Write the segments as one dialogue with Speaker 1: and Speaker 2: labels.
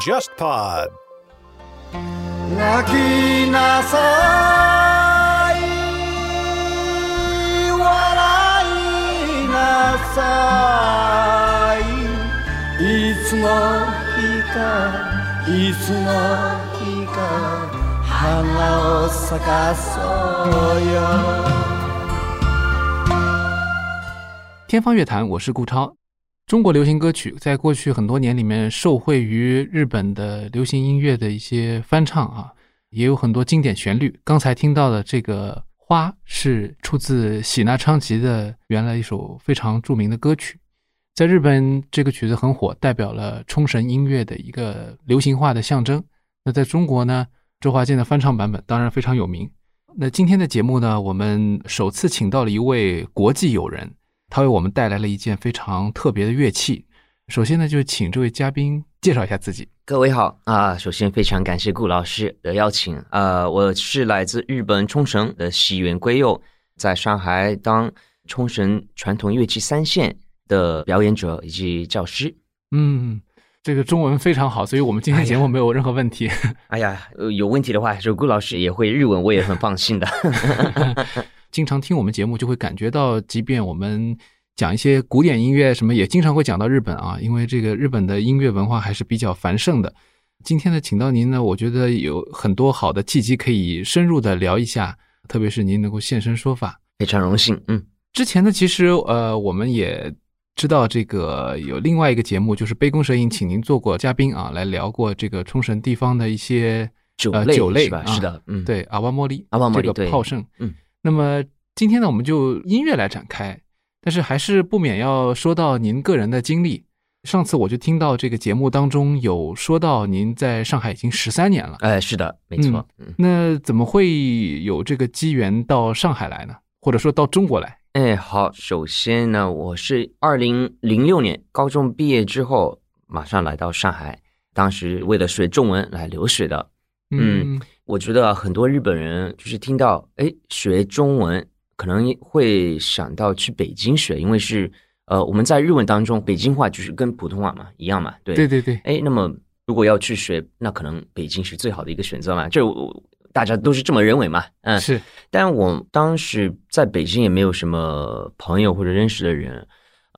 Speaker 1: JustPod
Speaker 2: 泣きなさい笑いなさいいつの日かいつの日か花を咲かそうよ
Speaker 3: 天方乐坛，我是顾超。中国流行歌曲在过去很多年里面受惠于日本的流行音乐的一些翻唱啊，也有很多经典旋律。刚才听到的这个《花》是出自喜纳昌吉的原来一首非常著名的歌曲，在日本这个曲子很火，代表了冲绳音乐的一个流行化的象征。那在中国呢，周华健的翻唱版本当然非常有名。那今天的节目呢，我们首次请到了一位国际友人，他为我们带来了一件非常特别的乐器。首先呢，就请这位嘉宾介绍一下自己。
Speaker 4: 各位好啊、首先非常感谢顾老师的邀请啊、我是来自日本冲绳的喜原圭佑，在上海当冲绳传统乐器三线的表演者以及教师。
Speaker 3: 嗯，这个中文非常好，所以我们今天节目没有任何问题。
Speaker 4: 哎呀，呃有问题的话，就顾老师也会日文，我也很放心的。
Speaker 3: 经常听我们节目就会感觉到，即便我们讲一些古典音乐什么，也经常会讲到日本啊，因为这个日本的音乐文化还是比较繁盛的。今天呢，请到您呢，我觉得有很多好的契机可以深入的聊一下，特别是您能够现身说法。
Speaker 4: 非常荣幸，嗯，
Speaker 3: 之前呢，其实呃，我们也知道这个有另外一个节目，就是《杯弓蛇影》，请您做过嘉宾啊，来聊过这个冲绳地方的一些
Speaker 4: 酒
Speaker 3: 呃
Speaker 4: 类
Speaker 3: 酒类
Speaker 4: 是吧？
Speaker 3: 啊
Speaker 4: 是的，嗯，，
Speaker 3: 对阿瓦莫利，
Speaker 4: 阿瓦莫利
Speaker 3: 这个
Speaker 4: 对
Speaker 3: 炮声，
Speaker 4: 嗯。
Speaker 3: 那么今天呢，我们就音乐来展开，但是还是不免要说到您个人的经历。上次我就听到这个节目当中有说到您在上海已经十三年了，
Speaker 4: 哎、是的，没错，嗯。
Speaker 3: 那怎么会有这个机缘到上海来呢？或者说到中国来？
Speaker 4: 哎，好，首先呢，我是二零零六年高中毕业之后，马上来到上海，当时为了学中文来留学的。嗯我觉得很多日本人就是听到哎学中文，可能会想到去北京学，因为是呃我们在日文当中，北京话就是跟普通话嘛一样嘛，对
Speaker 3: 对对对，
Speaker 4: 哎，那么如果要去学，那可能北京是最好的一个选择嘛，这我大家都是这么认为嘛，嗯，
Speaker 3: 是，
Speaker 4: 但我当时在北京也没有什么朋友或者认识的人，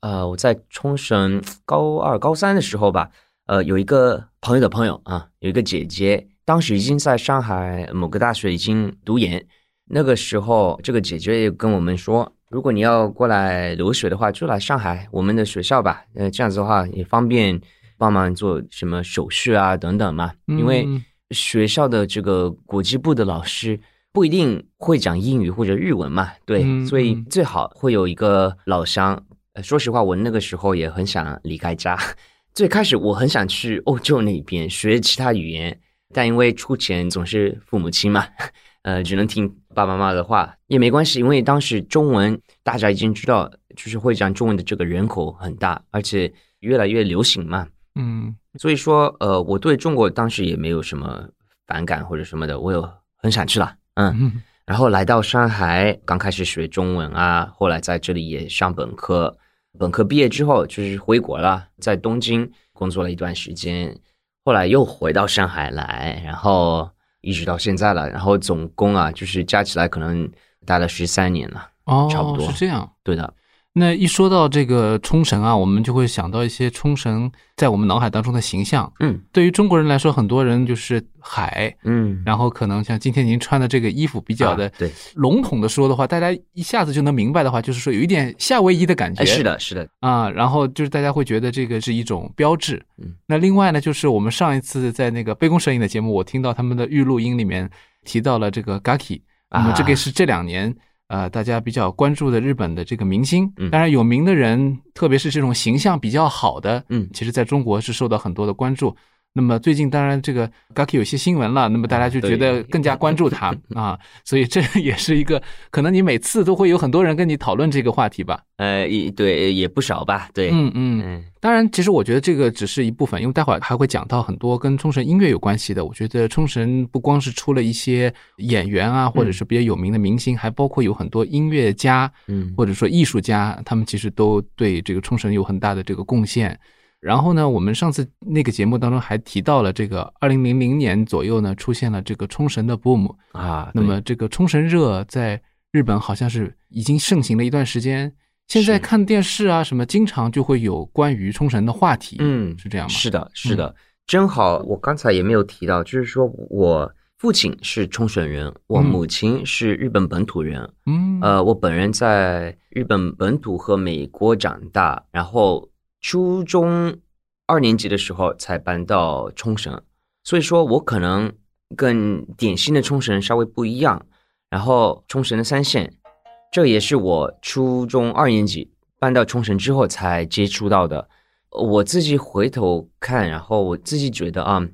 Speaker 4: 呃，我在冲绳高二、高三的时候吧，呃，有一个朋友的朋友啊，有一个姐姐，当时已经在上海某个大学已经读研，那个时候这个姐姐也跟我们说，如果你要过来留学的话，就来上海我们的学校吧，呃，这样子的话也方便帮忙做什么手续啊等等嘛，因为。
Speaker 3: 嗯
Speaker 4: 学校的这个国际部的老师不一定会讲英语或者日文嘛，对，
Speaker 3: 嗯
Speaker 4: 所以
Speaker 3: 嗯
Speaker 4: 最好会有一个老乡。呃说实话，我那个时候也很想离开家。 最开始我很想去欧洲那边学其他语言，但因为出钱总是父母亲嘛， 呃，只能听爸爸妈妈的话，也没关系，因为当时中文大家已经知道，就是会讲中文的这个人口很大，而且越来越流行嘛。
Speaker 3: 嗯
Speaker 4: 所以说，呃，我对中国当时也没有什么反感或者什么的，我有很想去了，嗯。
Speaker 3: 嗯
Speaker 4: 然后来到上海，刚开始学中文啊，后来在这里也上本科，本科毕业之后就是回国了，在东京工作了一段时间，后来又回到上海来，然后一直到现在了，然后总共啊，就是加起来可能待了十三年了，
Speaker 3: 哦，
Speaker 4: 差不多
Speaker 3: 是这样。
Speaker 4: 对的，
Speaker 3: 那一说到这个冲绳啊，我们就会想到一些冲绳在我们脑海当中的形象。
Speaker 4: 嗯
Speaker 3: 对于中国人来说，很多人就是海，
Speaker 4: 嗯，
Speaker 3: 然后可能像今天您穿的这个衣服比较的
Speaker 4: 啊，对，
Speaker 3: 笼统的说的话，大家一下子就能明白的话，就是说有一点夏威夷的感觉。
Speaker 4: 哎，是的，是的，
Speaker 3: 啊，然后就是大家会觉得这个是一种标志。
Speaker 4: 嗯，
Speaker 3: 那另外呢，就是我们上一次在那个杯弓蛇影的节目，我听到他们的预录音里面提到了这个 Gaki，那么
Speaker 4: 啊
Speaker 3: 这个是这两年。呃，大家比较关注的日本的这个明星，
Speaker 4: 嗯
Speaker 3: 当然有名的人，特别是这种形象比较好的，
Speaker 4: 嗯
Speaker 3: 其实在中国是受到很多的关注。那么最近当然这个 Gaki 有些新闻了，那么大家就觉得
Speaker 4: 啊对
Speaker 3: 更加关注 他啊，所以这也是一个可能你每次都会有很多人跟你讨论这个话题吧。
Speaker 4: 呃，也对，也不少吧，对，
Speaker 3: 嗯嗯，
Speaker 4: 嗯
Speaker 3: 当然，其实我觉得这个只是一部分，因为待会儿还会讲到很多跟冲绳音乐有关系的。我觉得冲绳不光是出了一些演员啊，或者是比较有名的明星，还包括有很多音乐家，
Speaker 4: 嗯
Speaker 3: 或者说艺术家，他们其实都对这个冲绳有很大的这个贡献。然后呢，我们上次那个节目当中还提到了这个二零零零年左右呢，出现了这个冲绳的 boom。
Speaker 4: 啊，
Speaker 3: 那
Speaker 4: 对
Speaker 3: 么这个冲绳热在日本好像是已经盛行了一段时间，现在
Speaker 4: 是
Speaker 3: 看电视啊什么，经常就会有关于冲绳的话题，
Speaker 4: 嗯
Speaker 3: 是这样吗？
Speaker 4: 是的，是的，正好我刚才也没有提到，就是说我父亲是冲绳人，我
Speaker 3: 嗯
Speaker 4: 母亲是日本本土人。
Speaker 3: 嗯，
Speaker 4: 呃，我本人在日本本土和美国长大，然后初中二年级的时候才搬到冲绳，所以说我可能跟典型的冲绳人稍微不一样。然后冲绳的三线，这也是我初中二年级搬到冲绳之后才接触到的。我自己回头看，然后我自己觉得啊，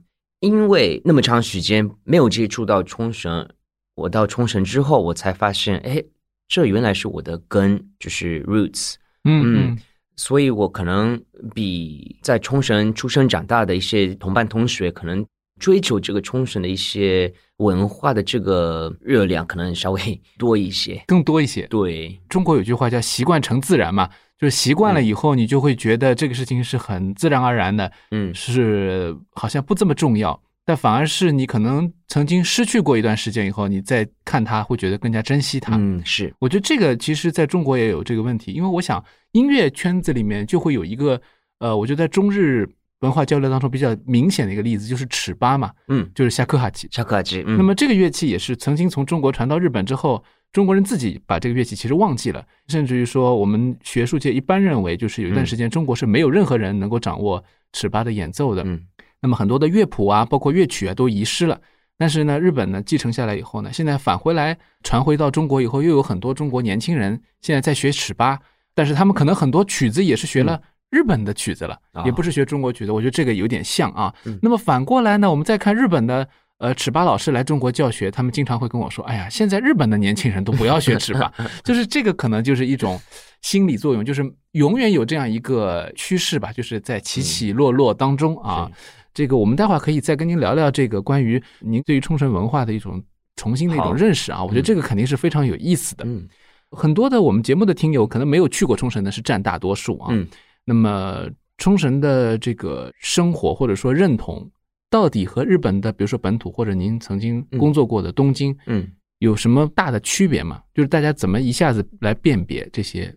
Speaker 4: 因为那么长时间没有接触到冲绳，我到冲绳之后，我才发现，哎，这原来是我的根，就是 roots。
Speaker 3: 嗯嗯
Speaker 4: 所以我可能比在冲绳出生长大的一些同班同学，可能追求这个冲绳的一些文化的这个热量，可能稍微 多一些。
Speaker 3: 更多一些。
Speaker 4: 对，
Speaker 3: 中国有句话叫“习惯成自然”嘛，就是习惯了以后，你就会觉得这个事情是很自然而然的，
Speaker 4: 嗯，
Speaker 3: 是好像不这么重要。但反而是你可能曾经失去过一段时间以后，你再看它，会觉得更加珍惜它。
Speaker 4: 嗯，是，
Speaker 3: 我觉得这个其实在中国也有这个问题，因为我想音乐圈子里面就会有一个，呃，我觉得在中日文化交流当中比较明显的一个例子就是尺八嘛，
Speaker 4: 嗯，
Speaker 3: 就是夏克哈奇。
Speaker 4: 小可吉，嗯，
Speaker 3: 那么这个乐器也是曾经从中国传到日本之后，中国人自己把这个乐器其实忘记了，甚至于说我们学术界一般认为，就是有
Speaker 4: 嗯
Speaker 3: 一段时间中国是没有任何人能够掌握尺八的演奏的。
Speaker 4: 嗯，
Speaker 3: 那么很多的乐谱啊，包括乐曲啊，都遗失了。但是呢，日本呢继承下来以后呢，现在返回来传回到中国以后，又有很多中国年轻人现在在学尺八，但是他们可能很多曲子也是学了日本的曲子了，
Speaker 4: 嗯啊
Speaker 3: 也不是学中国曲子。我觉得这个有点像啊。
Speaker 4: 嗯
Speaker 3: 那么反过来呢，我们再看日本的。呃，尺八老师来中国教学，他们经常会跟我说：“哎呀，现在日本的年轻人都不要学尺八，就是这个可能就是一种心理作用，就是永远有这样一个趋势吧，就是在起
Speaker 4: 嗯
Speaker 3: 起落落当中啊。这个我们待会儿可以再跟您聊聊这个关于您对于冲绳文化的一种重新的一种
Speaker 4: 好
Speaker 3: 认识啊，我觉得
Speaker 4: 嗯
Speaker 3: 这个肯定是非常有意思的。
Speaker 4: 嗯，
Speaker 3: 很多的我们节目的听友可能没有去过冲绳的是占大多数啊。
Speaker 4: 嗯
Speaker 3: 那么冲绳的这个生活或者说认同，到底和日本的比如说本土或者您曾经工作过的东京，
Speaker 4: 嗯。
Speaker 3: 有什么大的区别吗？就是大家怎么一下子来辨别这些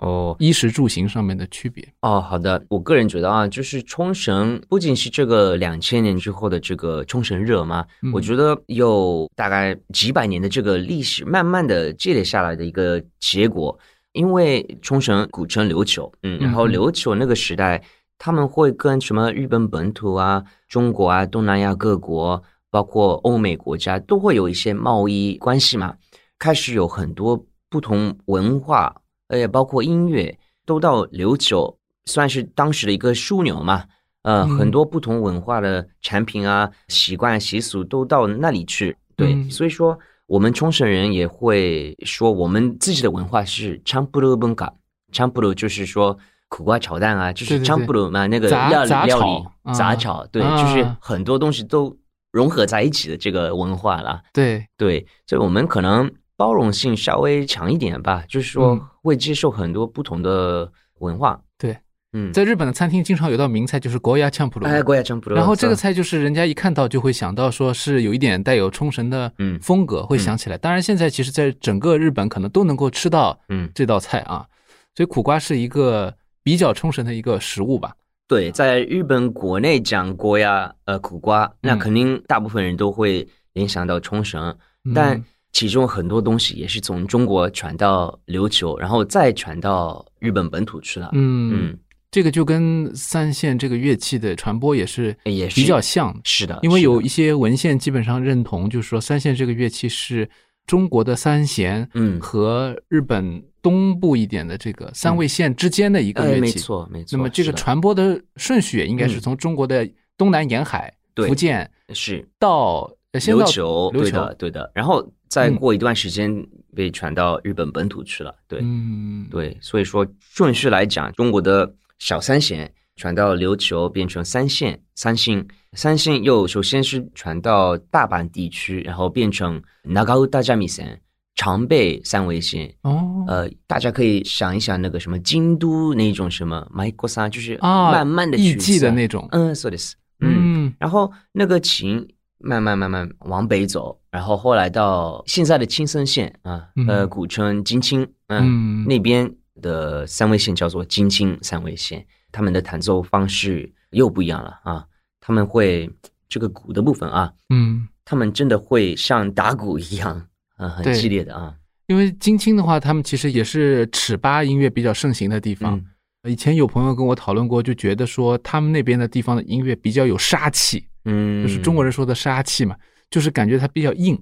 Speaker 4: 哦
Speaker 3: 衣食住行上面的区别？
Speaker 4: 哦，好的，我个人觉得啊，就是冲绳不仅是这个两千年之后的这个冲绳热嘛，
Speaker 3: 嗯
Speaker 4: 我觉得有大概几百年的这个历史，慢慢的积累下来的一个结果。因为冲绳古称琉球，嗯，然后
Speaker 3: 嗯嗯
Speaker 4: 琉球那个时代，他们会跟什么日本本土啊、中国啊、东南亚各国，包括欧美国家，都会有一些贸易关系嘛。开始有很多不同文化，呃，包括音乐，都到琉球，算是当时的一个枢纽嘛。呃，
Speaker 3: 嗯
Speaker 4: 很多不同文化的产品啊、习惯、习俗都到那里去。对，
Speaker 3: 嗯
Speaker 4: 所以说我们冲绳人也会说，我们自己的文化是チャンプルー文化。チャンプルー就是说苦瓜炒蛋啊，就
Speaker 3: 对
Speaker 4: 是
Speaker 3: 对对
Speaker 4: チャンプルー嘛，那个
Speaker 3: 杂
Speaker 4: 料理
Speaker 3: 杂
Speaker 4: 料
Speaker 3: 炒啊
Speaker 4: 理杂炒，对，
Speaker 3: 啊
Speaker 4: 就是很多东西都融合在一起的这个文化啦。
Speaker 3: 对，
Speaker 4: 对，所以我们可能包容性稍微强一点吧，就是
Speaker 3: 嗯
Speaker 4: 说会接受很多不同的文化。
Speaker 3: 对，
Speaker 4: 嗯，
Speaker 3: 在日本的餐厅经常有道名菜就是国鸭呛普鲁，
Speaker 4: 哎，国家政府的
Speaker 3: 然后这个
Speaker 4: 是
Speaker 3: 菜就是人家一看到就会想到说是有一点带有冲绳的
Speaker 4: 嗯
Speaker 3: 风格，会想起来。当然现在其实在整个日本可能都能够吃到
Speaker 4: 嗯，
Speaker 3: 这道菜啊，所以苦瓜是一个比较冲绳的一个食物吧。
Speaker 4: 对，在日本国内讲国呀，呃，苦瓜，那
Speaker 3: 嗯
Speaker 4: 肯定大部分人都会联想到冲绳，
Speaker 3: 嗯
Speaker 4: 但其中很多东西也是从中国传到琉球，然后再传到日本本土去了。
Speaker 3: 嗯，
Speaker 4: 嗯，
Speaker 3: 这个就跟三线这个乐器的传播也是
Speaker 4: 也是
Speaker 3: 比较像的，
Speaker 4: 是的，
Speaker 3: 因为
Speaker 4: 啊是的
Speaker 3: 有一些文献基本上认同，就是说三线这个乐器是中国的三弦，
Speaker 4: 嗯
Speaker 3: 和日本东部一点的这个三味线之间的一个
Speaker 4: 哎
Speaker 3: 乐
Speaker 4: 没
Speaker 3: 器。
Speaker 4: 错没错，
Speaker 3: 那么这个
Speaker 4: 是的
Speaker 3: 传播的顺序也应该是
Speaker 4: 嗯
Speaker 3: 从中国的东南沿海
Speaker 4: 对
Speaker 3: 福建
Speaker 4: 是
Speaker 3: 到呃先
Speaker 4: 琉
Speaker 3: 到
Speaker 4: 球，
Speaker 3: 琉
Speaker 4: 对
Speaker 3: 球
Speaker 4: 的，，对的。然后再
Speaker 3: 嗯
Speaker 4: 过一段时间被传到日本本土去了，对，
Speaker 3: 嗯，
Speaker 4: 对，所以说顺序来讲，中国的小三弦传到琉球变成三线三星，三星又首先是传到大阪地区，然后变成 Nagao 大家米线常备三味线。
Speaker 3: 哦，
Speaker 4: 呃，大家可以想一想那个什么京都那种什么 m i c o s a 就是
Speaker 3: 啊
Speaker 4: 慢慢的
Speaker 3: 艺伎的那种，
Speaker 4: 嗯，そうです，嗯，
Speaker 3: 嗯
Speaker 4: 然后那个琴慢慢慢慢往北走，然后后来到现在的青森县啊，呃，
Speaker 3: 嗯
Speaker 4: 古称金青，嗯
Speaker 3: 嗯，
Speaker 4: 那边的三味线叫做金青三味线，他们的弹奏方式又不一样了啊。他们会这个鼓的部分啊，
Speaker 3: 嗯，
Speaker 4: 他们真的会像打鼓一样，啊，很
Speaker 3: 对
Speaker 4: 激烈的啊。
Speaker 3: 因为金青的话，他们其实也是尺八音乐比较盛行的地方。
Speaker 4: 嗯
Speaker 3: 以前有朋友跟我讨论过，就觉得说他们那边的地方的音乐比较有杀气，
Speaker 4: 嗯，
Speaker 3: 就是中国人说的杀气嘛，就是感觉它比较硬，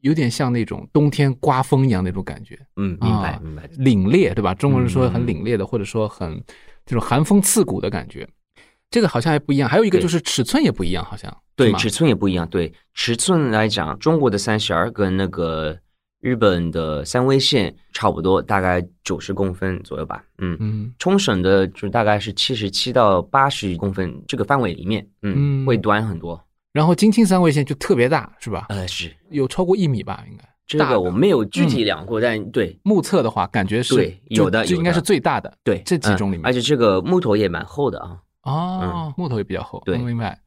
Speaker 3: 有点像那种冬天刮风一样那种感觉，
Speaker 4: 嗯，明白
Speaker 3: 啊
Speaker 4: 明白，
Speaker 3: 凛冽，对吧？中国人说很
Speaker 4: 嗯
Speaker 3: 凛冽的，或者说很这种寒风刺骨的感觉。这个好像还不一样，还有一个
Speaker 4: 对
Speaker 3: 就是尺寸也不一样，好像
Speaker 4: 对
Speaker 3: 是，吗
Speaker 4: 尺寸也不一样。对，尺寸来讲，中国的三十二跟那个日本的三味线差不多，大概九十公分左右吧。嗯，
Speaker 3: 嗯
Speaker 4: 冲绳的就大概是七十七到八十公分这个范围里面，嗯，
Speaker 3: 嗯
Speaker 4: 会短很多。
Speaker 3: 然后金青三味线就特别大，是吧？
Speaker 4: 呃，是
Speaker 3: 有超过一米吧，应该。
Speaker 4: 这
Speaker 3: 大
Speaker 4: 个
Speaker 3: 的嗯
Speaker 4: 我没有具体量过，但对
Speaker 3: 目测的话，感觉是
Speaker 4: 对
Speaker 3: 就
Speaker 4: 有的
Speaker 3: 就
Speaker 4: 有
Speaker 3: 应该
Speaker 4: 的
Speaker 3: 是最大的
Speaker 4: 对，
Speaker 3: 这几
Speaker 4: 嗯
Speaker 3: 种里面
Speaker 4: 而且这个木头也蛮厚的啊。
Speaker 3: 哦，木头也比较厚，
Speaker 4: 对
Speaker 3: 我明白。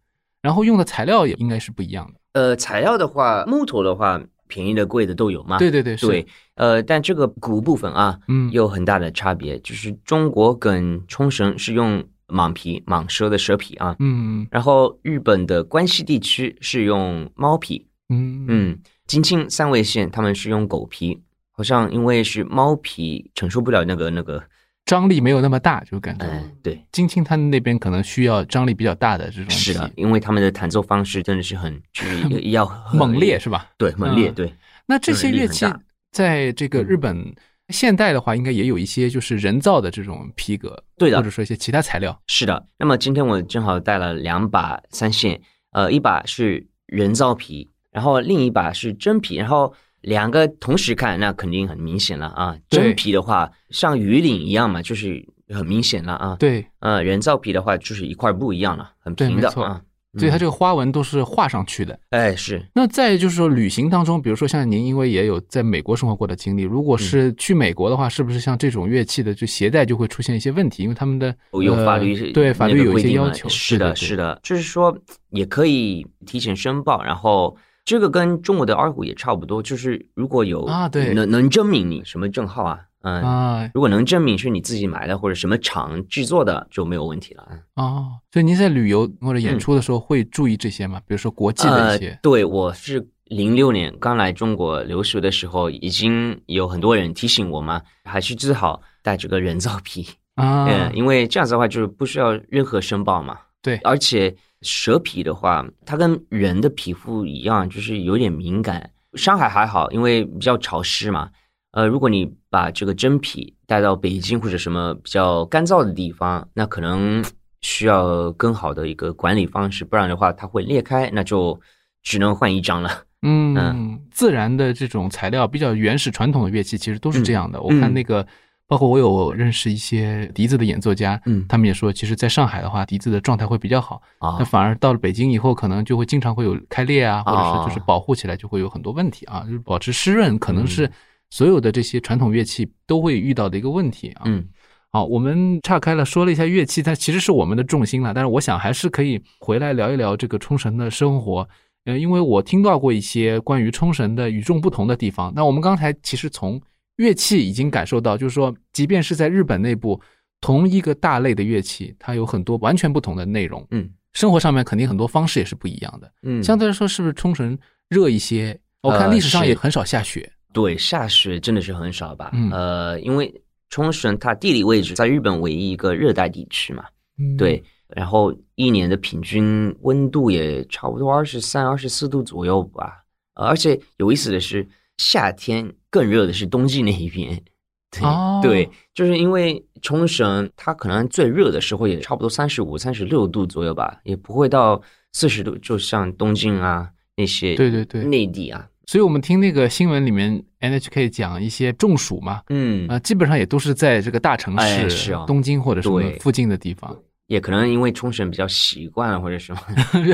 Speaker 3: 然后用的材料也应该是不一样的，
Speaker 4: 呃，材料的话，木头的话，便宜的贵的都有嘛。
Speaker 3: 对对对，是
Speaker 4: 啊对，，呃，但这个骨部分啊，
Speaker 3: 嗯，
Speaker 4: 有很大的差别，就是中国跟冲绳是用蟒皮、蟒蛇的蛇皮啊，
Speaker 3: 嗯
Speaker 4: 然后日本的关西地区是用猫皮，
Speaker 3: 嗯嗯
Speaker 4: 嗯，金庆三味线他们是用狗皮，好像因为是猫皮承受不了那个那个，
Speaker 3: 张力没有那么大，就感觉
Speaker 4: 嗯，对，
Speaker 3: 金青他们那边可能需要张力比较大的这种
Speaker 4: 是的
Speaker 3: 皮，
Speaker 4: 因为他们的弹奏方式真的是很就是 要很
Speaker 3: 猛烈，是吧？
Speaker 4: 对，猛烈，
Speaker 3: 嗯
Speaker 4: 对，
Speaker 3: 那这
Speaker 4: 嗯
Speaker 3: 些
Speaker 4: 力
Speaker 3: 乐
Speaker 4: 很
Speaker 3: 器
Speaker 4: 大嗯
Speaker 3: 在这个日本现代的话，应该也有一些就是人造的这种皮革，
Speaker 4: 对的
Speaker 3: 或者说一些其他材料，
Speaker 4: 是的。那么今天我正好带了两把三线，呃，一把是人造皮，然后另一把是真皮，然后两个同时看，那肯定很明显了啊。
Speaker 3: 对
Speaker 4: 真皮的话，像鱼鳞一样嘛，就是很明显了啊。，
Speaker 3: 对，
Speaker 4: 呃，人造皮的话，就是一块布一样了，很
Speaker 3: 对
Speaker 4: 平的
Speaker 3: 没错
Speaker 4: 啊。
Speaker 3: 所以它
Speaker 4: 就
Speaker 3: 这个花纹都是画上去的。
Speaker 4: 哎是
Speaker 3: 那在就是说旅行当中，比如说像您，因为也有在美国生活过的经历，如
Speaker 4: 嗯
Speaker 3: 果是去美国的话，是不是像这种乐器的就携带就会出现一些问题？因为他们的
Speaker 4: 有
Speaker 3: 呃
Speaker 4: 法律
Speaker 3: 对法
Speaker 4: 那
Speaker 3: 律
Speaker 4: 个
Speaker 3: 有一
Speaker 4: 规
Speaker 3: 些
Speaker 4: 定
Speaker 3: 要
Speaker 4: 嘛
Speaker 3: 求，
Speaker 4: 是的，是的，就是说也可以提前申报，然后。这个跟中国的二胡也差不多，就是如果有
Speaker 3: 啊对
Speaker 4: 能能证明你什么证号啊，嗯，
Speaker 3: 啊
Speaker 4: 如果能证明是你自己买的或者什么厂制作的，就没有问题了。嗯
Speaker 3: 哦，所以您在旅游或者演出的时候会注意这些吗？比如说国际的一些
Speaker 4: 呃，对我是零六年刚来中国留学的时候，已经有很多人提醒我嘛，还是最好带这个人造 皮，
Speaker 3: 啊，
Speaker 4: 嗯，因为这样子的话就是不需要任何申报嘛。
Speaker 3: 对
Speaker 4: 而且蛇皮的话，它跟人的皮肤一样，就是有点敏感。上海还好，因为比较潮湿嘛。呃，如果你把这个真皮带到北京或者什么比较干燥的地方，那可能需要更好的一个管理方式，不然的话它会裂开，那就只能换一张了。
Speaker 3: 嗯，自然的这种材料比较原始传统的乐器其实都是这样的。我看
Speaker 4: 嗯
Speaker 3: 那个，包括我有认识一些笛子的演奏家，
Speaker 4: 嗯
Speaker 3: 他们也说，其实在上海的话，笛子的状态会比较好。
Speaker 4: 啊
Speaker 3: 那，反而到了北京以后，可能就会经常会有开裂啊，或者是就是
Speaker 4: 哦
Speaker 3: 保护起来就会有很多问题啊，就是保持湿润，可能是
Speaker 4: 嗯
Speaker 3: 所有的这些传统乐器都会遇到的一个问题啊。
Speaker 4: 嗯，
Speaker 3: 好，我们岔开了，说了一下乐器，它其实是我们的重心了。但是我想还是可以回来聊一聊这个冲绳的生活，呃，因为我听到过一些关于冲绳的与众不同的地方。那我们刚才其实从乐器已经感受到，就是说，即便是在日本内部，同一个大类的乐器，它有很多完全不同的内容。
Speaker 4: 嗯，
Speaker 3: 生活上面肯定很多方式也是不一样的。
Speaker 4: 嗯，
Speaker 3: 相对来说，是不是冲绳热一些？我看
Speaker 4: 呃
Speaker 3: 历史上
Speaker 4: 是
Speaker 3: 也很少下雪。
Speaker 4: 对，下雪真的是很少吧？
Speaker 3: 嗯
Speaker 4: 呃，因为冲绳它地理位置在日本唯一一个热带地区嘛，
Speaker 3: 嗯
Speaker 4: 对，，然后一年的平均温度也差不多二十三、二十四度左右吧。呃而且有意思的是，夏天更热的是冬季那一边。对、
Speaker 3: 哦
Speaker 4: 对，就是因为冲绳它可能最热的时候也差不多三十五、三十六度左右吧，也不会到四十度，就像东京啊那些
Speaker 3: 对对对
Speaker 4: 内地啊，
Speaker 3: 所以我们听那个新闻里面 NHK 讲一些中暑嘛，
Speaker 4: 嗯
Speaker 3: 啊、基本上也都是在这个大城市，
Speaker 4: 哎是啊
Speaker 3: 东京或者什么
Speaker 4: 对
Speaker 3: 附近的地方，
Speaker 4: 也可能因为冲绳比较习惯或者 什么，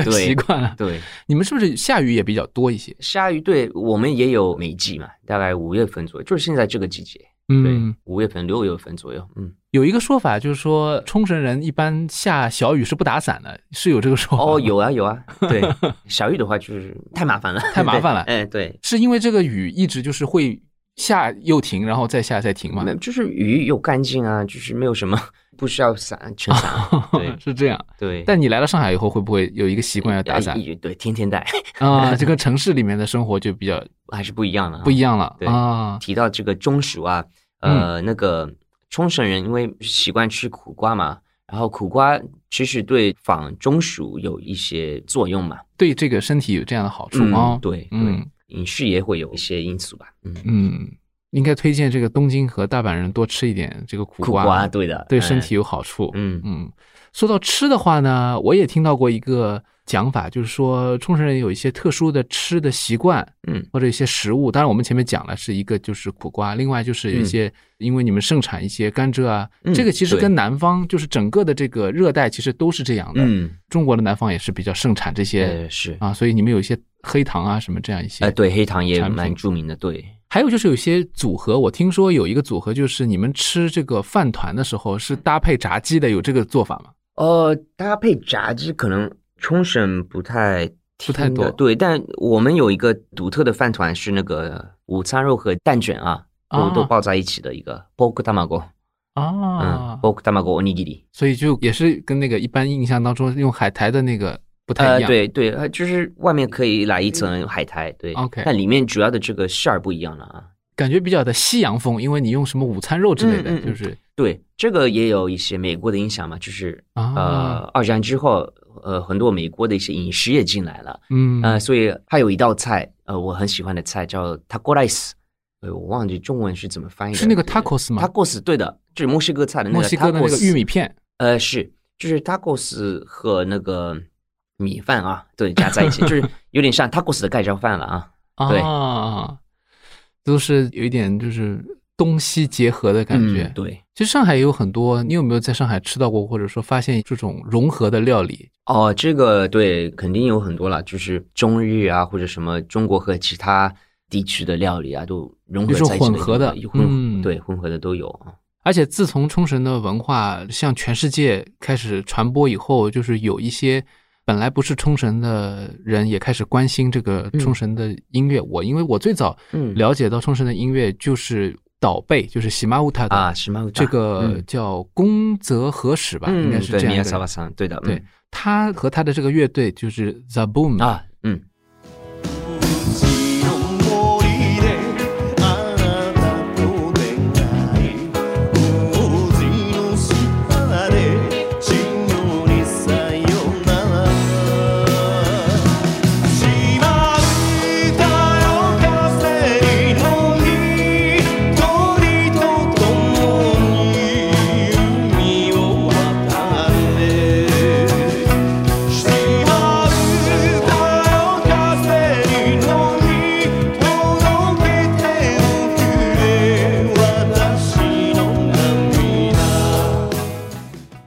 Speaker 4: 对
Speaker 3: 习惯了。
Speaker 4: 对，
Speaker 3: 你们是不是下雨也比较多一些？
Speaker 4: 鲨鱼对我们也有梅季嘛，大概五月份左右，就是现在这个季节，对
Speaker 3: 嗯，，
Speaker 4: 五月份六月份左右，嗯，
Speaker 3: 有一个说法就是说，冲绳人一般下小雨是不打伞的，是有这个说法吗
Speaker 4: 哦，有啊有 啊，对，小雨的话就是太麻烦了，
Speaker 3: 太麻烦了
Speaker 4: 对哎，对，
Speaker 3: 是因为这个雨一直就是会下又停，然后再下再停嘛
Speaker 4: 没？有就是雨又干净啊，就是没有什么不需要伞撑 伞，对
Speaker 3: 是这样。
Speaker 4: 对，
Speaker 3: 但你来了上海以后，会不会有一个习惯要打伞
Speaker 4: 哎也对，天天带
Speaker 3: 啊？这个城市里面的生活就比较
Speaker 4: 还是不一样的、啊，
Speaker 3: 不一。样了
Speaker 4: 对
Speaker 3: 啊。
Speaker 4: 提到这个中暑啊，
Speaker 3: 嗯
Speaker 4: 呃，那个冲绳人因为习惯吃苦瓜嘛，然后苦瓜其实对防中暑有一些作用嘛，
Speaker 3: 对这个身体有这样的好处
Speaker 4: 嗯
Speaker 3: 哦。
Speaker 4: 对，对
Speaker 3: 嗯，
Speaker 4: 饮食也会有一些因素吧，嗯，
Speaker 3: 嗯，应该推荐这个东京和大阪人多吃一点这个苦
Speaker 4: 苦瓜对的，
Speaker 3: 对
Speaker 4: 嗯
Speaker 3: 身体，有好处。
Speaker 4: 嗯
Speaker 3: 嗯，说到吃的话呢，我也听到过一个讲法，就是说冲绳人有一些特殊的吃的习惯，
Speaker 4: 嗯，
Speaker 3: 或者一些食物。当然，我们前面讲了是一个就是苦瓜，另外就是有一些、因为你们盛产一些甘蔗啊，
Speaker 4: 嗯
Speaker 3: 这个其实
Speaker 4: 对
Speaker 3: 跟南方就是整个的这个热带其实都是这样的。
Speaker 4: 嗯，
Speaker 3: 中国的南方也是比较盛产这些、
Speaker 4: 呃是，
Speaker 3: 啊，所以你们有一些黑糖啊什么这样一些。
Speaker 4: 呃对，黑糖也
Speaker 3: 产品
Speaker 4: 蛮著名的，对，
Speaker 3: 还有就是有一些组合，我听说有一个组合就是你们吃这个饭团的时候是搭配炸鸡的，有这个做法吗？
Speaker 4: 呃，搭配炸鸡可能冲绳不太
Speaker 3: 不太
Speaker 4: 听
Speaker 3: 多
Speaker 4: 得对，但我们有一个独特的饭团是那个午餐肉和蛋卷啊，都都
Speaker 3: 啊
Speaker 4: 包在一起的一个 pork tamago，嗯
Speaker 3: 啊，
Speaker 4: ，pork tamago o n i g i r
Speaker 3: 所以就也是跟那个一般印象当中用海苔的那个不太
Speaker 4: 呃
Speaker 3: 一，样。
Speaker 4: 对对，呃就是外面可以来一层海苔，对
Speaker 3: OK
Speaker 4: 但里面主要的这个馅儿不一样了啊。
Speaker 3: 感觉比较的西洋风，因为你用什么午餐肉之类的，
Speaker 4: 嗯嗯嗯
Speaker 3: 就是
Speaker 4: 对，这个也有一些美国的影响嘛，就是
Speaker 3: 啊，
Speaker 4: 呃，二战之后，呃，很多美国的一些饮食也进来了。
Speaker 3: 嗯
Speaker 4: 呃，所以还有一道菜，呃，我很喜欢的菜叫 taco rice，呃，我忘记中文是怎么翻译的，
Speaker 3: 是那个 tacos 吗？
Speaker 4: tacos，对的，就是墨西哥菜的那个
Speaker 3: 墨西哥的那个
Speaker 4: tacos
Speaker 3: 玉米，片
Speaker 4: 呃，是，就是 tacos 和那个米饭啊，对，加在 一起，就是有点像 tacos 的盖浇饭了啊，对
Speaker 3: 啊，都是有一点就是东西结合的感觉。
Speaker 4: 嗯对，
Speaker 3: 其实上海也有很多，你有没有在上海吃到过，或者说发现这种融合的料理？
Speaker 4: 哦，这个对，肯定有很多了，就是中日啊，或者什么中国和其他地区的料理啊，都融合
Speaker 3: 有种
Speaker 4: 在一起
Speaker 3: 混合的
Speaker 4: 有混合
Speaker 3: 嗯
Speaker 4: 对，混合的都有啊，
Speaker 3: 而且自从冲绳的文化向全世界开始传播以后，就是有一些本来不是冲绳的人也开始关心这个冲绳的音乐。我因为我最早
Speaker 4: 嗯
Speaker 3: 了解到冲绳的音乐就是岛贝，就是喜马乌塔
Speaker 4: 啊，
Speaker 3: 的
Speaker 4: 什么
Speaker 3: 这个叫宫泽和史吧，应该是这样
Speaker 4: 嗯对，
Speaker 3: 一
Speaker 4: 米亚
Speaker 3: 个
Speaker 4: 萨
Speaker 3: 人
Speaker 4: 瓦桑，对的，嗯
Speaker 3: 对他和他的这个乐队就是 The Boom
Speaker 4: 啊，嗯，
Speaker 2: 「ちの森であなたと出会い」「王子の下で死のにさよなら」「しまった夜風にのり鳥と共に海を渡れ」「しまうたよ風にのみ届けておくれ私の涙」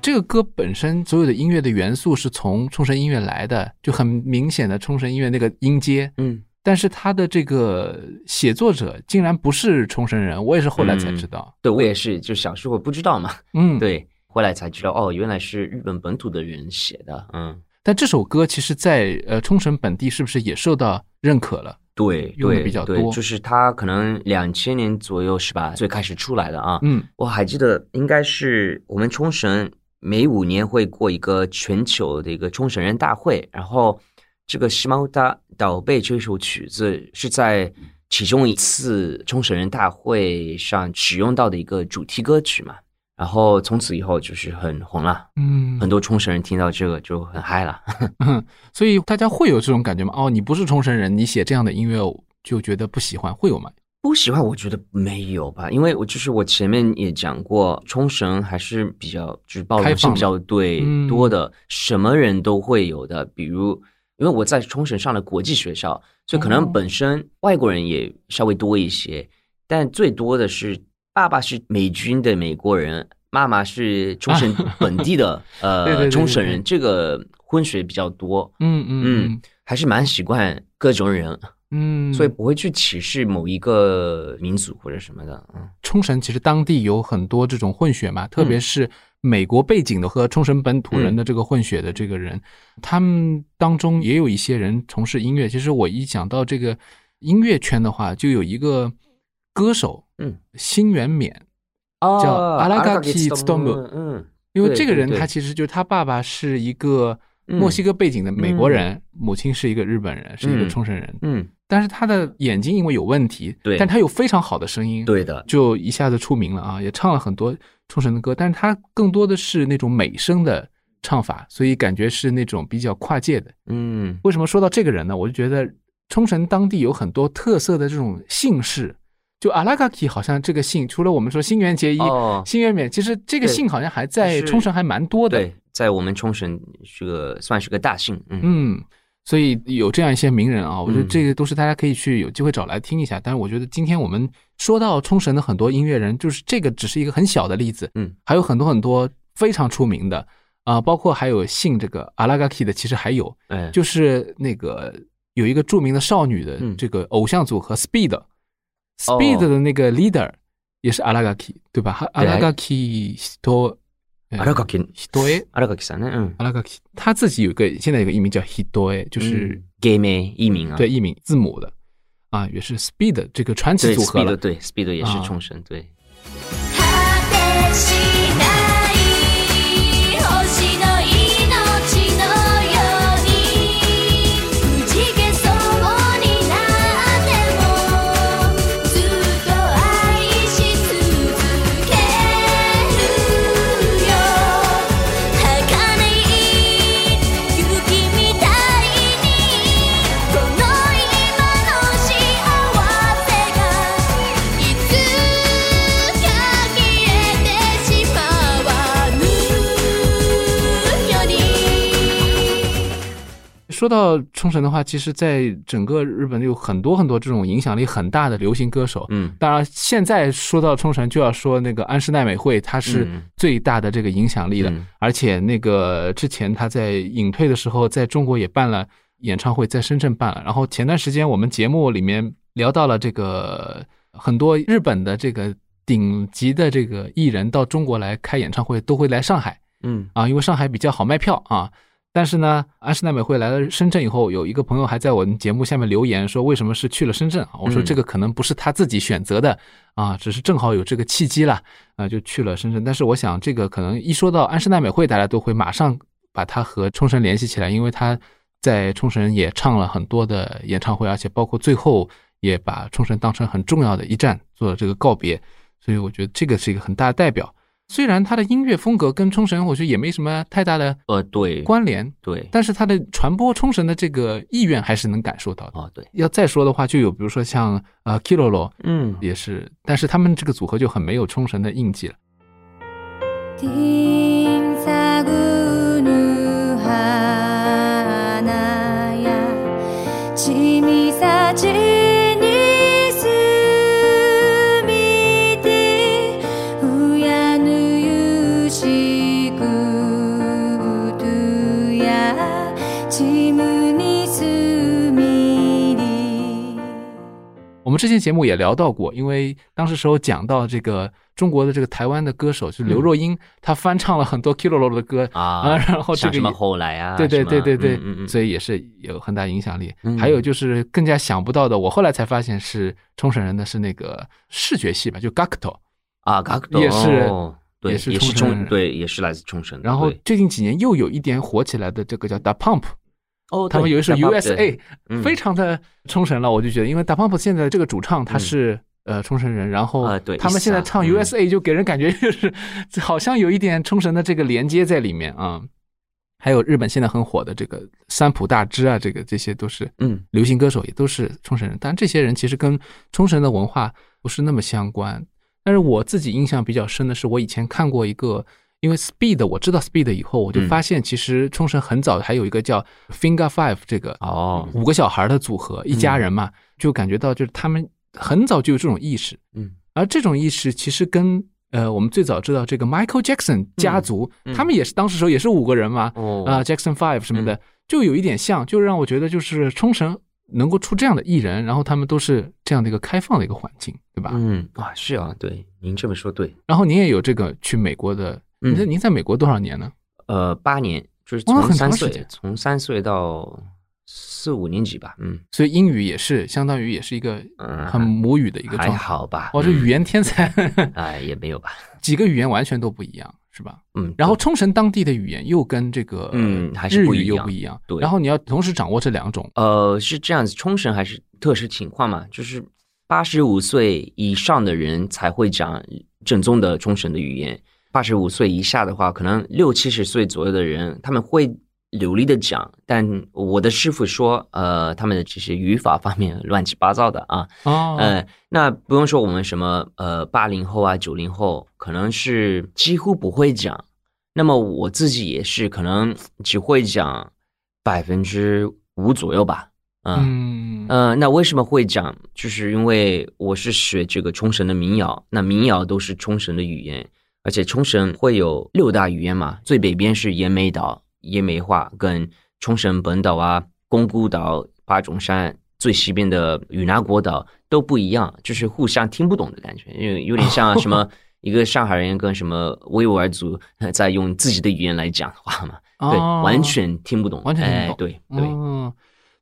Speaker 3: 这个歌本身所有的音乐的元素是从冲绳音乐来的，就很明显的冲绳音乐那个音阶。
Speaker 4: 嗯，
Speaker 3: 但是他的这个写作者竟然不是冲绳人，我也是后来才知道。
Speaker 4: 对我也是，就小时候不知道嘛，
Speaker 3: 嗯，。
Speaker 4: 嗯对，后来才知道哦，原来是日本本土的人写的，嗯，
Speaker 3: 但这首歌其实在，呃冲绳本地是不是也受到认可了？
Speaker 4: 对，
Speaker 3: 用得
Speaker 4: 对
Speaker 3: 比较
Speaker 4: 对
Speaker 3: 多
Speaker 4: 就是他可能两千年左右是吧，最开始出来的啊，
Speaker 3: 嗯，
Speaker 4: 我还记得应该是我们冲绳每五年会过一个全球的一个冲绳人大会，然后这个《西猫大岛贝》这首曲子是在其中一次冲绳人大会上使用到的一个主题歌曲嘛，然后从此以后就是很红了，
Speaker 3: 嗯
Speaker 4: 很多冲绳人听到这个就很嗨了。
Speaker 3: 所以大家会有这种感觉吗？哦，你不是冲绳人，你写这样的音乐就觉得不喜欢，会有吗？
Speaker 4: 不喜欢，我觉得没有吧，因为我就是我前面也讲过，冲绳还是比较就是包容
Speaker 3: 开放
Speaker 4: 性比较对
Speaker 3: 嗯
Speaker 4: 多的，什么人都会有的。比如，因为我在冲绳上了国际学校，所以
Speaker 3: 哦
Speaker 4: 可能本身外国人也稍微多一些，但最多的是爸爸是美军的美国人，妈妈是冲绳本 地的
Speaker 3: 啊对对对
Speaker 4: 呃
Speaker 3: 对
Speaker 4: 冲绳人，
Speaker 3: 对
Speaker 4: 这个混血比较多，
Speaker 3: 嗯嗯
Speaker 4: 嗯还是蛮习惯各种人。
Speaker 3: 嗯嗯，
Speaker 4: 所以不会去歧视某一个民族或者什么的。嗯，
Speaker 3: 冲绳其实当地有很多这种混血嘛，特别是美国背景的和冲绳本土人的这个混血的这个
Speaker 4: 嗯
Speaker 3: 人，他们当中也有一些人从事音乐。其实我一讲到这个音乐圈的话，就有一个歌手，
Speaker 4: 嗯，
Speaker 3: 新垣勉，叫
Speaker 4: 哦
Speaker 3: Aragaki Tsutomu
Speaker 4: 嗯
Speaker 3: 因为
Speaker 4: 对
Speaker 3: 这个人
Speaker 4: 对对
Speaker 3: 他其实就是他爸爸是一个
Speaker 4: 嗯
Speaker 3: 墨西哥背景的美国人，母亲是一个日本人，是一个
Speaker 4: 嗯
Speaker 3: 冲绳人，
Speaker 4: 嗯，
Speaker 3: 但是他的眼睛因为有问题，
Speaker 4: 对
Speaker 3: 但他有非常好的声音，
Speaker 4: 对的，
Speaker 3: 就一下子出名了啊，也唱了很多冲绳的歌，但是他更多的是那种美声的唱法，所以感觉是那种比较跨界的。
Speaker 4: 嗯
Speaker 3: 为什么说到这个人呢？我就觉得冲绳当地有很多特色的这种姓氏，就阿拉卡基好像这个姓，除了我们说新垣结衣、
Speaker 4: 哦，
Speaker 3: 新垣勉，其实这个
Speaker 4: 对
Speaker 3: 姓好像还在
Speaker 4: 是
Speaker 3: 冲绳还蛮多的。
Speaker 4: 对，在我们冲绳是个算是个大姓，嗯
Speaker 3: 嗯，所以有这样一些名人啊，我觉得
Speaker 4: 嗯
Speaker 3: 这个都是大家可以去有机会找来听一下。但是我觉得今天我们说到冲绳的很多音乐人，就是这个只是一个很小的例子，
Speaker 4: 嗯，
Speaker 3: 还有很多很多非常出名的啊、包括还有姓这个阿拉嘎 k 的，其实还有
Speaker 4: 哎，
Speaker 3: 就是那个有一个著名的少女的
Speaker 4: 嗯哦
Speaker 3: 这个偶像组合 Speed，Speed、Speed 的那个 leader 也是阿拉嘎 k 对吧？阿
Speaker 4: 对
Speaker 3: 拉嘎呃 k 多
Speaker 4: Aragaki
Speaker 3: 多诶。
Speaker 4: Aragaki さんね，嗯，
Speaker 3: 阿拉卡奇，他自己有一个现在有个艺名叫 Hidoe，就是、
Speaker 4: 嗯 gay 妹艺名啊，
Speaker 3: 对艺名字母的啊，也是 Speed 这个传奇
Speaker 4: 对
Speaker 3: 组合了
Speaker 4: Speed。对 Speed 也
Speaker 3: 啊
Speaker 4: 是冲绳，对，
Speaker 5: 果てしない星の命のようにくじけそうになってもずっと愛し続けるよ儚い雪みたいにこの今の幸せがいつか消えてしまわぬより
Speaker 3: 说到冲绳的话，其实在整个日本有很多很多这种影响力很大的流行歌手。
Speaker 4: 嗯
Speaker 3: 当然，现在说到冲绳，就要说那个安室奈美惠，她是
Speaker 4: 嗯
Speaker 3: 最大的这个影响力的。
Speaker 4: 嗯
Speaker 3: 而且那个之前她在隐退的时候，在中国也办了演唱会，在深圳办了。然后前段时间我们节目里面聊到了这个呃很多日本的这个顶级的这个艺人到中国来开演唱会，都会来上海。
Speaker 4: 嗯
Speaker 3: 啊，因为上海比较好卖票啊。但是呢，安室奈美惠来了深圳以后，有一个朋友还在我们节目下面留言说，为什么是去了深圳啊？我说
Speaker 4: 嗯
Speaker 3: 这个可能不是他自己选择的啊，只是正好有这个契机啦，啊，就去了深圳。但是我想，这个可能一说到安室奈美惠，大家都会马上把她和冲绳联系起来，因为她在冲绳也唱了很多的演唱会，而且包括最后也把冲绳当成很重要的一站做了这个告别，所以我觉得这个是一个很大的代表。虽然他的音乐风格跟冲绳，我觉得也没什么太大的
Speaker 4: 呃对
Speaker 3: 关联，
Speaker 4: 对
Speaker 3: 但是他的传播冲绳的这个意愿还是能感受到的。
Speaker 4: 哦对，
Speaker 3: 要再说的话，就有比如说像呃 Kilolo
Speaker 4: 嗯
Speaker 3: 也是，但是他们这个组合就很没有冲绳的印记了。
Speaker 5: 停在乎ぬ花や君たちに住みてうやぬゆしくうやちむに住みり
Speaker 3: 我们之前节目也聊到过，因为当时时候讲到这个中国的这个台湾的歌手，就是刘若英，她翻唱了很多 Kilolo 的歌
Speaker 4: 嗯啊，
Speaker 3: 然后这
Speaker 4: 像
Speaker 3: 个
Speaker 4: 什么
Speaker 3: 也
Speaker 4: 后来啊，
Speaker 3: 对对对对对，
Speaker 4: 嗯嗯
Speaker 3: 所
Speaker 4: 以
Speaker 3: 以也是有很大影响力。
Speaker 4: 嗯
Speaker 3: 还有就是更加想不到的，我后来才发现是冲绳人的，是那个视觉系吧，就 Gakuto。
Speaker 4: 啊，嘎克
Speaker 3: 也是
Speaker 4: 哦对
Speaker 3: 也是
Speaker 4: 也是
Speaker 3: 冲绳人
Speaker 4: 冲对也是来自冲绳的，
Speaker 3: 然后
Speaker 4: 嗯对
Speaker 3: 最近几年又有一点火起来的这个叫 Da Pump，
Speaker 4: 哦
Speaker 3: 他们有一首 USA，
Speaker 4: 嗯
Speaker 3: 非常的冲绳了，我就觉得，因为 Da Pump 现在这个主唱他是。呃，冲绳人，然后
Speaker 4: 嗯啊对
Speaker 3: 他们现在唱
Speaker 4: Issa，嗯
Speaker 3: USA 就给人感觉就是好像有一点冲绳的这个连接在里面啊。还有日本现在很火的这个三浦大知啊，这个这些都是
Speaker 4: 嗯
Speaker 3: 流行歌手，也都是冲绳人。但这些人其实跟冲绳的文化不是那么相关。但是我自己印象比较深的是，我以前看过一个，因为 Speed 我知道 Speed 以后，我就
Speaker 4: 嗯
Speaker 3: 发现其实冲绳很早还有一个叫 Finger Five 这个
Speaker 4: 哦
Speaker 3: 五个小孩的组合，一家人嘛，就感觉到就是他们很早就有这种意识。
Speaker 4: 嗯
Speaker 3: 而这种意识其实跟呃我们最早知道这个 Michael Jackson 家族，
Speaker 4: 嗯
Speaker 3: 他们也是当时时候也是五个人嘛，
Speaker 4: 哦嗯
Speaker 3: 啊、Jackson Five 什么的，就有一点像，就让我觉得就是冲绳能够出这样的艺人，然后他们都是这样的一个开放的一个环境，对吧？
Speaker 4: 嗯啊是啊，对，您这么说对，
Speaker 3: 然后您也有这个去美国的，您在
Speaker 4: 嗯
Speaker 3: 您在美国多少年呢？
Speaker 4: 呃，八年就是
Speaker 3: 哇
Speaker 4: 从
Speaker 3: 很
Speaker 4: 三
Speaker 3: 长时
Speaker 4: 岁
Speaker 3: 间，
Speaker 4: 从三岁到四五年级吧，嗯
Speaker 3: 所以英语也是相当于也是一个
Speaker 4: 嗯，
Speaker 3: 很母语的一个
Speaker 4: 还
Speaker 3: 状态。哦
Speaker 4: 好吧，
Speaker 3: 哇，这
Speaker 4: 嗯
Speaker 3: 语言天才，
Speaker 4: 哎也没有吧，
Speaker 3: 几个语言完全都不一样，是吧？
Speaker 4: 嗯，
Speaker 3: 然后冲绳当地的语言又跟这个
Speaker 4: 嗯还是
Speaker 3: 日
Speaker 4: 不
Speaker 3: 语
Speaker 4: 一
Speaker 3: 又
Speaker 4: 样
Speaker 3: 不一样，
Speaker 4: 对
Speaker 3: 然后你要同时掌握这两种，
Speaker 4: 呃，是这样子，冲绳还是特殊情况嘛，就是八十五岁以上的人才会讲正宗的冲绳的语言，八十五岁以下的话，可能六七十岁左右的人他们会流利的讲，但我的师傅说，呃，他们的这些语法方面乱七八糟的啊，
Speaker 3: 哦，
Speaker 4: 嗯，那不用说我们什么呃八零后啊九零后，可能是几乎不会讲。那么我自己也是，可能只会讲百分之五左右吧。嗯
Speaker 3: 嗯
Speaker 4: 呃，那为什么会讲？就是因为我是学这个冲绳的民谣，那民谣都是冲绳的语言，而且冲绳会有六大语言嘛，最北边是岩美岛、岩美话跟冲绳本岛啊、宫古岛、八冢山，最西边的与那国岛都不一样，就是互相听不懂的感觉，因为有点像 什么一个上海人跟什么维吾尔族呃在用自己的语言来讲话嘛，对，
Speaker 3: 哦
Speaker 4: 完全听不懂，
Speaker 3: 完全听不
Speaker 4: 哎
Speaker 3: 懂
Speaker 4: 对对，
Speaker 3: 嗯，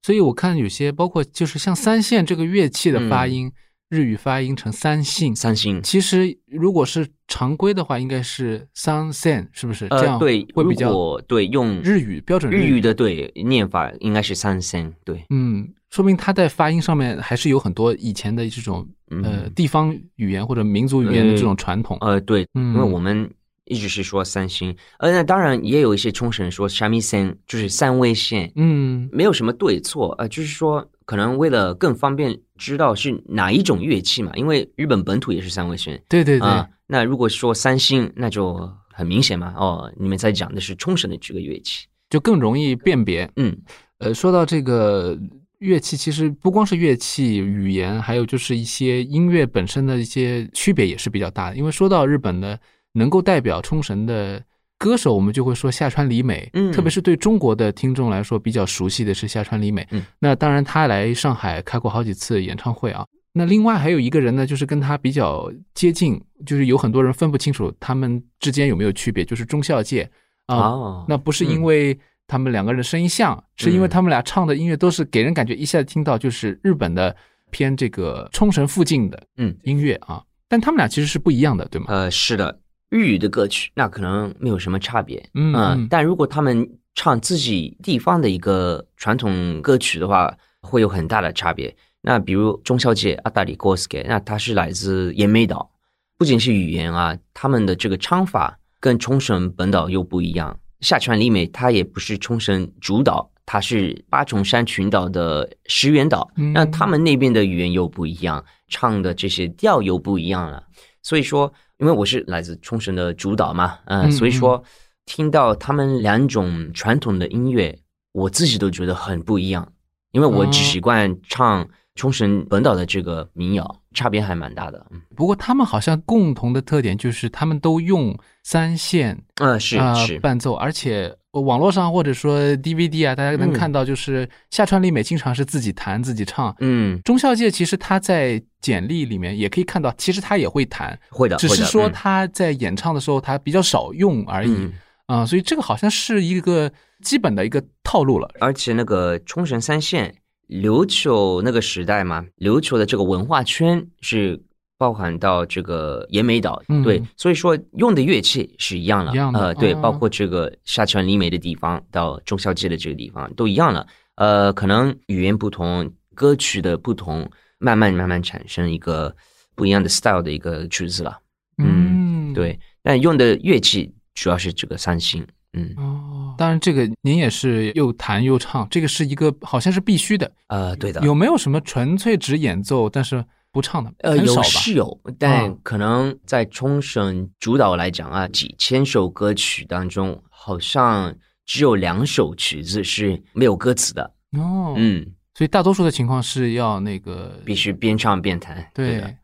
Speaker 3: 所以我看有些包括就是像三线这个乐器的发
Speaker 4: 嗯
Speaker 3: 音，日语发音成三性，
Speaker 4: 三星。
Speaker 3: 其实如果是常规的话，应该是三线，是不是？这
Speaker 4: 呃，
Speaker 3: 样
Speaker 4: 对，
Speaker 3: 会比较
Speaker 4: 如果对用
Speaker 3: 日语标准
Speaker 4: 日
Speaker 3: 语
Speaker 4: 语的对念法应该是三声，对，
Speaker 3: 嗯，说明他在发音上面还是有很多以前的这种呃
Speaker 4: 嗯
Speaker 3: 地方语言或者民族语言的这种传统。
Speaker 4: 呃，对，
Speaker 3: 嗯
Speaker 4: 因为我们一直是说三星，呃，那当然也有一些冲绳人说三味线，就是三味线，
Speaker 3: 嗯
Speaker 4: 没有什么对错，呃，就是说可能为了更方便知道是哪一种乐器嘛，因为日本本土也是三味线
Speaker 3: 对对对，
Speaker 4: 啊、那如果说三星，那就很明显嘛，哦，你们在讲的是冲绳的这个乐器，
Speaker 3: 就更容易辨别。
Speaker 4: 嗯
Speaker 3: 呃，说到这个乐器，其实不光是乐器、语言，还有就是一些音乐本身的一些区别也是比较大的。因为说到日本的能够代表冲绳的歌手，我们就会说下川里美，
Speaker 4: 嗯
Speaker 3: 特别是对中国的听众来说比较熟悉的是下川里美。
Speaker 4: 嗯
Speaker 3: 那当然，他来上海开过好几次演唱会啊。那另外还有一个人呢，就是跟他比较接近，就是有很多人分不清楚他们之间有没有区别，就是中孝介啊、
Speaker 4: 哦，
Speaker 3: 那不是因
Speaker 4: 嗯
Speaker 3: 为他们两个人声音像，是因为他们俩唱的音乐都是给人感觉一下听到就是日本的偏这个冲绳附近的
Speaker 4: 嗯
Speaker 3: 音乐啊，但他们俩其实是不一样的，对吗？
Speaker 4: 呃，是的，日语的歌曲那可能没有什么差别，呃
Speaker 3: 嗯嗯
Speaker 4: 但如果他们唱自己地方的一个传统歌曲的话，会有很大的差别。那比如中小姐阿达里戈斯给，那她啊是来自岩美岛，不仅是语言啊，他们的这个唱法跟冲绳本岛又不一样。下川里美她也不是冲绳主岛，她是八重山群岛的石垣岛
Speaker 3: 嗯，
Speaker 4: 那他们那边的语言又不一样，唱的这些调又不一样了。所以说，因为我是来自冲绳的主岛嘛，嗯、
Speaker 3: 嗯
Speaker 4: 所以说听到他们两种传统的音乐，我自己都觉得很不一样，因为我只
Speaker 3: 哦
Speaker 4: 习惯唱冲绳本岛的这个民谣，差别还蛮大的。嗯，
Speaker 3: 不过他们好像共同的特点就是他们都用三线
Speaker 4: 呃、是
Speaker 3: 啊、
Speaker 4: 是，
Speaker 3: 伴奏，而且网络上或者说 DVD 啊，大家能
Speaker 4: 嗯
Speaker 3: 看到就是下川里美经常是自己弹自己唱。
Speaker 4: 嗯，
Speaker 3: 中孝介其实他在简历里面也可以看到，其实他也会弹，
Speaker 4: 会的，
Speaker 3: 只
Speaker 4: 会
Speaker 3: 是
Speaker 4: 的
Speaker 3: 说
Speaker 4: 嗯
Speaker 3: 他在演唱的时候他比较少用而已
Speaker 4: 嗯
Speaker 3: 啊、所以这个好像是一个基本的一个套路了。
Speaker 4: 而且那个冲绳三线琉球那个时代嘛，琉球的这个文化圈是包含到这个岩美岛，
Speaker 3: 嗯
Speaker 4: 对，所以说用的乐器是一样了，
Speaker 3: 一样的
Speaker 4: 呃，对，
Speaker 3: 哦
Speaker 4: 包括这个下川里美的地方到中孝街的这个地方都一样了，呃，可能语言不同，歌曲的不同，慢慢慢慢产生一个不一样的 style
Speaker 3: 嗯
Speaker 4: 的一个曲子了，嗯对，但用的乐器主要是这个三星，嗯，
Speaker 3: 哦，当然这个您也是又弹又唱，这个是一个好像是必须的。
Speaker 4: 呃，对的，
Speaker 3: 有没有什么纯粹只演奏但是不唱的？
Speaker 4: 呃
Speaker 3: 很少
Speaker 4: 有
Speaker 3: 吧。
Speaker 4: 是有，但
Speaker 3: 嗯
Speaker 4: 可能在冲绳主导来讲啊，几千首歌曲当中，好像只有两首曲子是没有歌词的。
Speaker 3: 哦，，
Speaker 4: 嗯，
Speaker 3: 所以大多数的情况是要那个
Speaker 4: 必须边唱边弹。对的
Speaker 3: 对。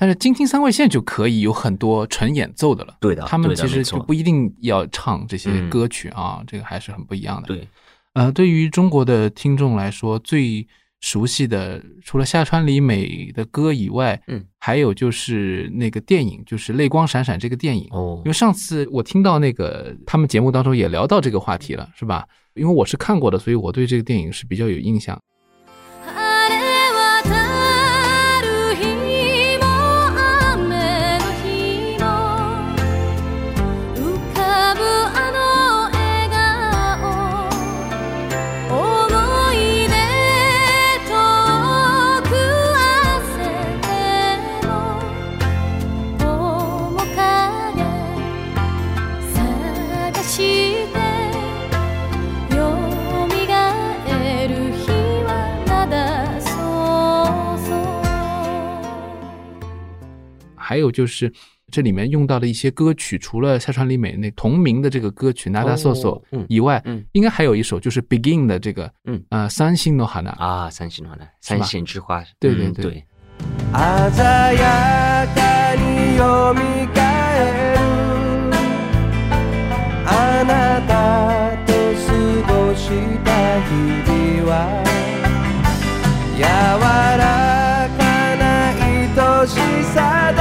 Speaker 3: 但是京听三味线就可以有很多纯演奏的了，
Speaker 4: 对的
Speaker 3: 他们
Speaker 4: 对的
Speaker 3: 其实
Speaker 4: 没
Speaker 3: 就
Speaker 4: 错
Speaker 3: 不一定要唱这些
Speaker 4: 嗯
Speaker 3: 歌曲啊，这个还是很不一样的。
Speaker 4: 对，
Speaker 3: 呃，对于中国的听众来说，最熟悉的除了夏川里美的歌以外，
Speaker 4: 嗯，
Speaker 3: 还有就是那个电影，就是《泪光闪闪》这个电影。
Speaker 4: 哦
Speaker 3: 因为上次我听到那个他们节目当中也聊到这个话题了，是吧？因为我是看过的，所以我对这个电影是比较有印象。
Speaker 5: 晴れ渡る日も雨の日も浮かぶあの笑顔思い出遠くあせても面影探して「よみがえる日はただそうそう」
Speaker 3: 还有就是这里面用到的一些歌曲，除了夏川里美那同名的这个歌曲《Nada So So
Speaker 4: 哦嗯》
Speaker 3: 以外，
Speaker 4: 嗯
Speaker 3: 应该还有一首就是《Begin》的这个，
Speaker 4: 嗯
Speaker 3: 呃，三星の花。
Speaker 4: 啊，三线花呢？三线之花。
Speaker 3: 对对
Speaker 4: 嗯
Speaker 3: 对
Speaker 4: 对，
Speaker 2: 鮮やかによみがえるあなたと過ごした日々は柔らかな愛しさで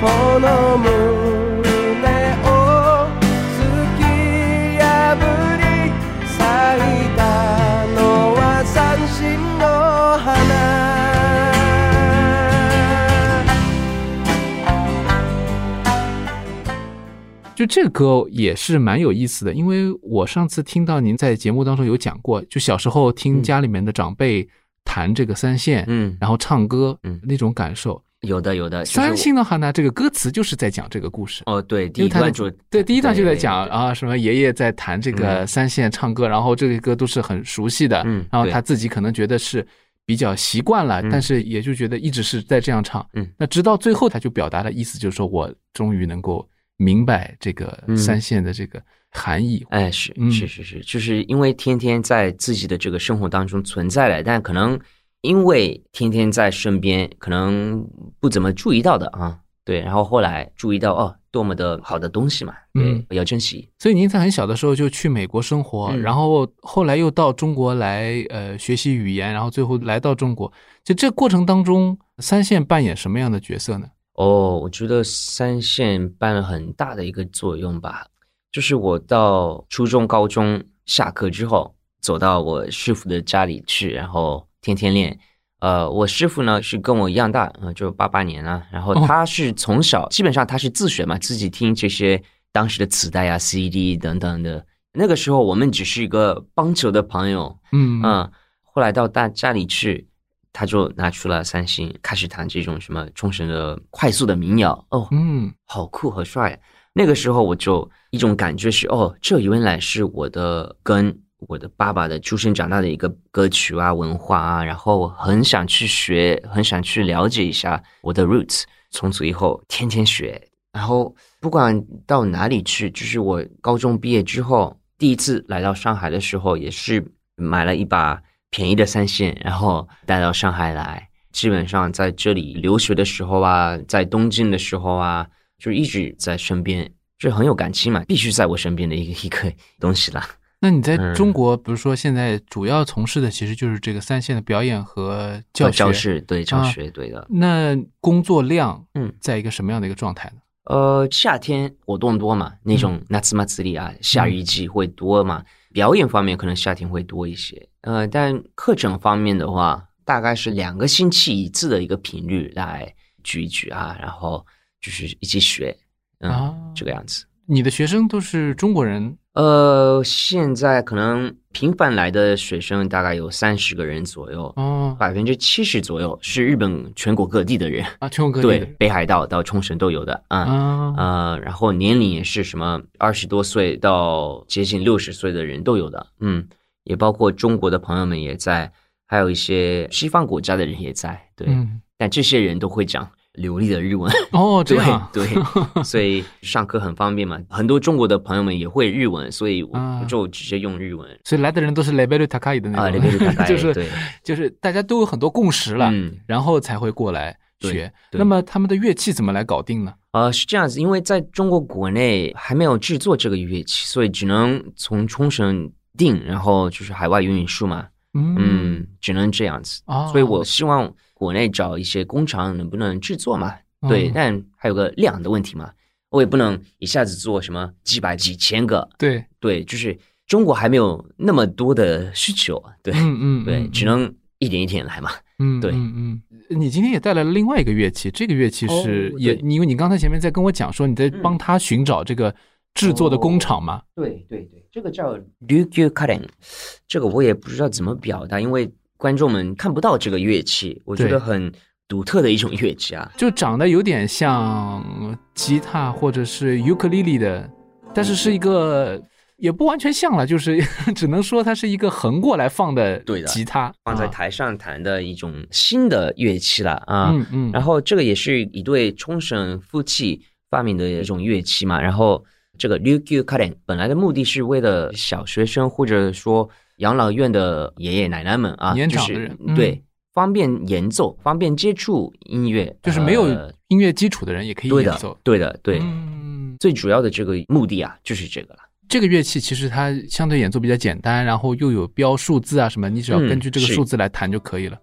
Speaker 2: この胸を突き破り咲いたのは三振の花
Speaker 3: 就这个歌也是蛮有意思的，因为我上次听到您在节目当中有讲过，就小时候听家里面的长辈弹这个三线，
Speaker 4: 嗯，
Speaker 3: 然后唱歌，
Speaker 4: 嗯
Speaker 3: 那种感受。
Speaker 4: 有的有的。就是
Speaker 3: 三
Speaker 4: 我
Speaker 3: 星的话呢，这个歌词就是在讲这个故事。
Speaker 4: 哦，对，
Speaker 3: 因
Speaker 4: 第
Speaker 3: 为
Speaker 4: 一
Speaker 3: 他的
Speaker 4: 段就
Speaker 3: 对，第一段就在讲
Speaker 4: 对
Speaker 3: 啊，什么爷爷在弹这个
Speaker 4: 嗯
Speaker 3: 三线唱歌，然后这个歌都是很熟悉的，
Speaker 4: 嗯
Speaker 3: 然后
Speaker 4: 对
Speaker 3: 他自己可能觉得是比较习惯了，
Speaker 4: 嗯
Speaker 3: 但是也就觉得一直是在这样唱，
Speaker 4: 嗯
Speaker 3: 那直到最后他就表达的意思就是说我终于能够明白这个
Speaker 4: 嗯
Speaker 3: 三线的这个含义，
Speaker 4: 哎，是
Speaker 3: 嗯
Speaker 4: 是是是，就是因为天天在自己的这个生活当中存在了，但可能因为天天在身边，可能不怎么注意到的啊。对，然后后来注意到哦，多么的好的东西嘛，对
Speaker 3: 嗯，
Speaker 4: 要珍惜。
Speaker 3: 所以您在很小的时候就去美国生活，
Speaker 4: 嗯
Speaker 3: 然后后来又到中国来呃学习语言，然后最后来到中国。就这过程当中，三线扮演什么样的角色呢？
Speaker 4: 哦，我觉得三线扮了很大的一个作用吧，就是我到初中、高中下课之后，走到我师傅的家里去，然后天天练。呃，我师傅呢是跟我一样大，嗯、就八八年啊。然后
Speaker 3: 哦
Speaker 4: 他是从小基本上他是自学嘛，自己听这些当时的磁带啊、CD 等等的。那个时候我们只是一个帮球的朋友，
Speaker 3: 嗯
Speaker 4: 嗯，后来到大家里去，他就拿出了三星，开始弹这种什么冲绳的快速的民谣，哦，
Speaker 3: 嗯
Speaker 4: 好酷好帅呀！那个时候我就一种感觉是，哦，这原来是我的跟我的爸爸的出生长大的一个歌曲啊、文化啊，然后我很想去学，很想去了解一下我的 roots。从此以后天天学，然后不管到哪里去，就是我高中毕业之后第一次来到上海的时候，也是买了一把便宜的三线，然后带到上海来。基本上在这里留学的时候啊，在东京的时候啊，就一直在身边，就很有感情嘛，必须在我身边的一个一个东西啦。
Speaker 3: 那你在
Speaker 4: 嗯
Speaker 3: 中国，比如说现在主要从事的其实就是这个三线的表演和教学。
Speaker 4: 教室对教
Speaker 3: 啊
Speaker 4: 学、对的。
Speaker 3: 那工作量
Speaker 4: 嗯
Speaker 3: 在一个什么样的一个状态呢？
Speaker 4: 呃，夏天活动多嘛，
Speaker 3: 嗯
Speaker 4: 那种那次嘛次里啊，夏日季会多嘛。表演方面可能夏天会多一些，呃，但课程方面的话，大概是两个星期一次的一个频率来聚一聚啊，然后就是一起学，嗯，
Speaker 3: 啊
Speaker 4: 这个样子。
Speaker 3: 你的学生都是中国人，
Speaker 4: 呃，现在可能频繁来的学生大概有三十个人左右，
Speaker 3: 哦
Speaker 4: 百分之七十左右是日本全国各地的人，
Speaker 3: 啊，全国各地
Speaker 4: 对
Speaker 3: 的人，
Speaker 4: 北海道到冲绳都有的啊。
Speaker 3: 啊
Speaker 4: 呃，然后年龄也是什么二十多岁到接近六十岁的人都有的，嗯，也包括中国的朋友们也在，还有一些西方国家的人也在，对，
Speaker 3: 嗯
Speaker 4: 但这些人都会讲流利的日文，
Speaker 3: 哦这样
Speaker 4: 对对，所以上课很方便嘛。很多中国的朋友们也会日文，所以我
Speaker 3: 啊
Speaker 4: 我就直接用日文
Speaker 3: 所以来的人都是 level 高い的那
Speaker 4: 啊，
Speaker 3: 种，
Speaker 4: レベル高 い
Speaker 3: 就是
Speaker 4: 对，
Speaker 3: 就是大家都有很多共识了，
Speaker 4: 嗯。
Speaker 3: 然后才会过来
Speaker 4: 对
Speaker 3: 学。
Speaker 4: 对
Speaker 3: 那么他们的乐器怎么来搞定呢？
Speaker 4: 呃，是这样子，因为在中国国内还没有制作这个乐器，所以只能从冲绳订，然后就是海外运输嘛，
Speaker 3: 嗯
Speaker 4: 嗯，只能这样子。
Speaker 3: 啊，
Speaker 4: 所以我希望国内找一些工厂能不能制作嘛，
Speaker 3: 嗯
Speaker 4: 对，但还有个量的问题嘛，我也不能一下子做什么几百几千个，
Speaker 3: 对，
Speaker 4: 对，就是中国还没有那么多的需求，对、
Speaker 3: 嗯嗯，
Speaker 4: 对，
Speaker 3: 嗯
Speaker 4: 只能一点一点来嘛。
Speaker 3: 嗯，
Speaker 4: 对
Speaker 3: 嗯嗯，你今天也带来了另外一个乐器，这个乐器是
Speaker 4: 哦
Speaker 3: 也，
Speaker 4: 对嗯
Speaker 3: 你因为你刚才前面在跟我讲说你在帮他寻找这个制作的工厂嘛，
Speaker 4: 对对对，这个叫 Ryukyu Karen，这个我也不知道怎么表达，因为观众们看不到这个乐器，我觉
Speaker 3: 对
Speaker 4: 得很独特的一种乐器啊。
Speaker 3: 就长得有点像吉他或者是尤克里里的，但是是一个也不完全像了，就是 只能说它是一个横过来放的
Speaker 4: 对的
Speaker 3: 吉他，
Speaker 4: 放在
Speaker 3: 啊
Speaker 4: 台上弹的一种新的乐器了啊。
Speaker 3: 嗯嗯，
Speaker 4: 然
Speaker 3: 后
Speaker 4: 后这个也是一对冲绳夫妻发明的一种乐器嘛。然后这个 Ryukyu Karen 本来的目的是为了小学生或者说养老院的爷爷奶奶们啊，
Speaker 3: 年
Speaker 4: 就
Speaker 3: 长的
Speaker 4: 是
Speaker 3: 人嗯
Speaker 4: 对方便演奏、方便接触音乐，
Speaker 3: 就是没有
Speaker 4: 呃
Speaker 3: 音乐基础的人也可以
Speaker 4: 对
Speaker 3: 演
Speaker 4: 的
Speaker 3: 奏，，
Speaker 4: 对的，对。
Speaker 3: 嗯，
Speaker 4: 最主要的这个目的啊，就是这个了。
Speaker 3: 这个乐器其实它相对演奏比较简单，然后又有标数字啊什么，你只要
Speaker 4: 嗯
Speaker 3: 根据这个
Speaker 4: 是
Speaker 3: 数字来弹就可以了。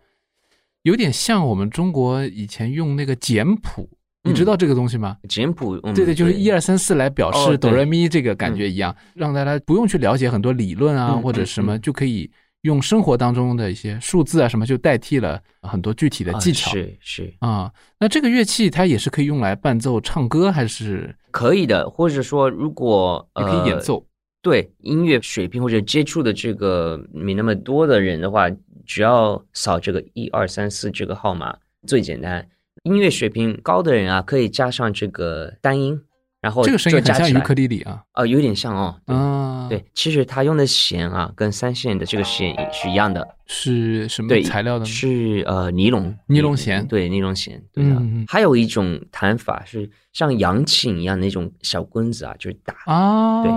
Speaker 3: 有点像我们中国以前用那个简谱，你
Speaker 4: 嗯
Speaker 3: 知道这个东西吗？
Speaker 4: 简谱，嗯、
Speaker 3: 对对，就是一二三四来表示
Speaker 4: 哦
Speaker 3: 哆
Speaker 4: 对
Speaker 3: 来咪这个感觉一样，让大家不用去了解很多理论啊、
Speaker 4: 嗯
Speaker 3: 或者什么，就可以用生活当中的一些数字啊什么就代替了很多具体的
Speaker 4: 啊
Speaker 3: 技巧
Speaker 4: 是是
Speaker 3: 啊那这个乐器它也是可以用来伴奏、唱歌，还是
Speaker 4: 可以的，或者说如果
Speaker 3: 也
Speaker 4: 呃
Speaker 3: 可以演奏？
Speaker 4: 对音乐水平或者接触的这个没那么多的人的话，只要扫这个一二三四这个号码最简单。音乐水平高的人啊，可以加上这个单音，然后
Speaker 3: 这个声音很
Speaker 4: 哦加
Speaker 3: 像
Speaker 4: 起
Speaker 3: 尤
Speaker 4: 来
Speaker 3: 克里里啊。
Speaker 4: 啊、有点像哦。对、
Speaker 3: 啊，
Speaker 4: 对，其实他用的弦啊，跟三线的这个弦也是一样的，
Speaker 3: 是什么
Speaker 4: 对
Speaker 3: 材料的呢？
Speaker 4: 是呃尼龙
Speaker 3: 尼龙弦
Speaker 4: 对尼龙弦，对的。
Speaker 3: 嗯嗯
Speaker 4: 还有一种弹法是像扬琴一样那种小棍子啊，就是打，
Speaker 3: 啊，
Speaker 4: 对，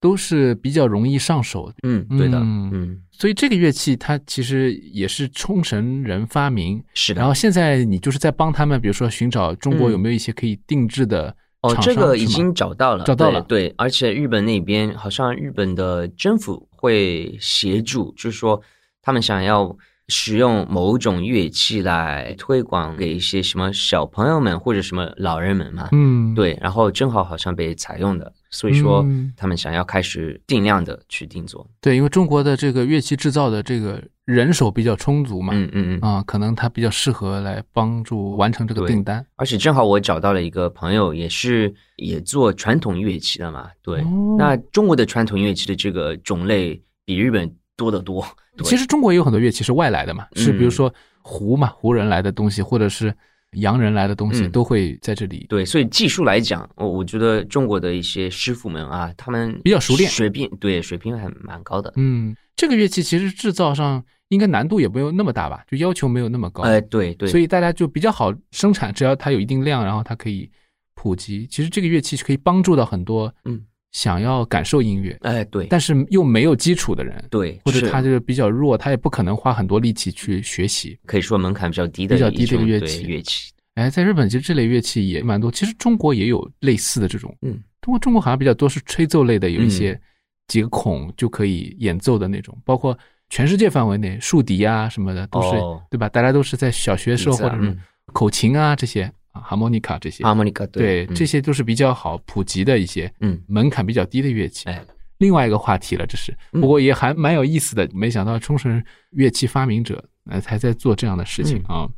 Speaker 3: 都是比较容易上手。
Speaker 4: 嗯，对的，
Speaker 3: 嗯
Speaker 4: 嗯，
Speaker 3: 所以这个乐器它其实也是冲绳人发明，
Speaker 4: 是的。
Speaker 3: 然后现在你就是在帮他们，比如说寻找中国
Speaker 4: 嗯
Speaker 3: 有没有一些可以定制的
Speaker 4: 哦，
Speaker 3: 厂商
Speaker 4: 这个已
Speaker 3: 是吗
Speaker 4: 经找到了，
Speaker 3: 找到了
Speaker 4: 对。对，而且日本那边好像日本的政府会协助，就是说他们想要使用某种乐器来推广给一些什么小朋友们或者什么老人们嘛。
Speaker 3: 嗯，
Speaker 4: 对，然后正好好像被采用的，所以说
Speaker 3: 嗯
Speaker 4: 他们想要开始定量的去定做。
Speaker 3: 对，因为中国的这个乐器制造的这个人手比较充足嘛，
Speaker 4: 嗯嗯嗯。
Speaker 3: 啊，可能它比较适合来帮助完成这个
Speaker 4: 对
Speaker 3: 订单。
Speaker 4: 而且正好我找到了一个朋友，也是也做传统乐器的嘛。对，
Speaker 3: 哦
Speaker 4: 那中国的传统乐器的这个种类比日本多得多。对
Speaker 3: 其实中国也有很多乐器是外来的嘛，是比如
Speaker 4: 嗯
Speaker 3: 说胡嘛，胡人来的东西，或者是洋人来的东西，
Speaker 4: 嗯
Speaker 3: 都会在这里。
Speaker 4: 对，所以技术来讲，我我觉得中国的一些师傅们啊，他们
Speaker 3: 比较熟练
Speaker 4: 水平对水平还蛮高的。
Speaker 3: 嗯，这个乐器其实制造上应该难度也没有那么大吧，就要求没有那么高。
Speaker 4: 哎、对对，
Speaker 3: 嗯所
Speaker 4: 以
Speaker 3: 以大家就比较好生产，只要它有一定量，然后它可以普及。其实这个乐器是可以帮助到很多
Speaker 4: 嗯
Speaker 3: 想要感受音乐，
Speaker 4: 哎、对
Speaker 3: 但是又没有基础的人，
Speaker 4: 对，
Speaker 3: 或者
Speaker 4: 是
Speaker 3: 他就是比较弱，他也不可能花很多力气去学习。
Speaker 4: 可以说门槛比较低的
Speaker 3: 比较低
Speaker 4: 一种
Speaker 3: 的乐
Speaker 4: 对
Speaker 3: 器
Speaker 4: 乐器。
Speaker 3: 哎，在日本其实这类乐器也蛮多，其实中国也有类似的这种，
Speaker 4: 嗯，
Speaker 3: 中国中国好像比较多是吹奏类的，有一些几个孔就可以演奏的那种，包括全世界范围内竖笛啊什么的都是，
Speaker 4: 哦
Speaker 3: 对吧？大家都是在小学时候
Speaker 4: 笛子
Speaker 3: 或
Speaker 4: 啊
Speaker 3: 者什么
Speaker 4: 嗯
Speaker 3: 口琴啊这些啊，哈莫尼卡这些
Speaker 4: 哈莫尼卡
Speaker 3: 对，
Speaker 4: 嗯
Speaker 3: 这些都是比较好普及的一些，
Speaker 4: 嗯
Speaker 3: 门槛比较低的乐器。
Speaker 4: 哎，
Speaker 3: 另外一个话题了，这是，
Speaker 4: 嗯
Speaker 3: 不过也还蛮有意思的。没想到冲绳乐器发明者呃还在做这样的事情
Speaker 4: 嗯
Speaker 3: 啊。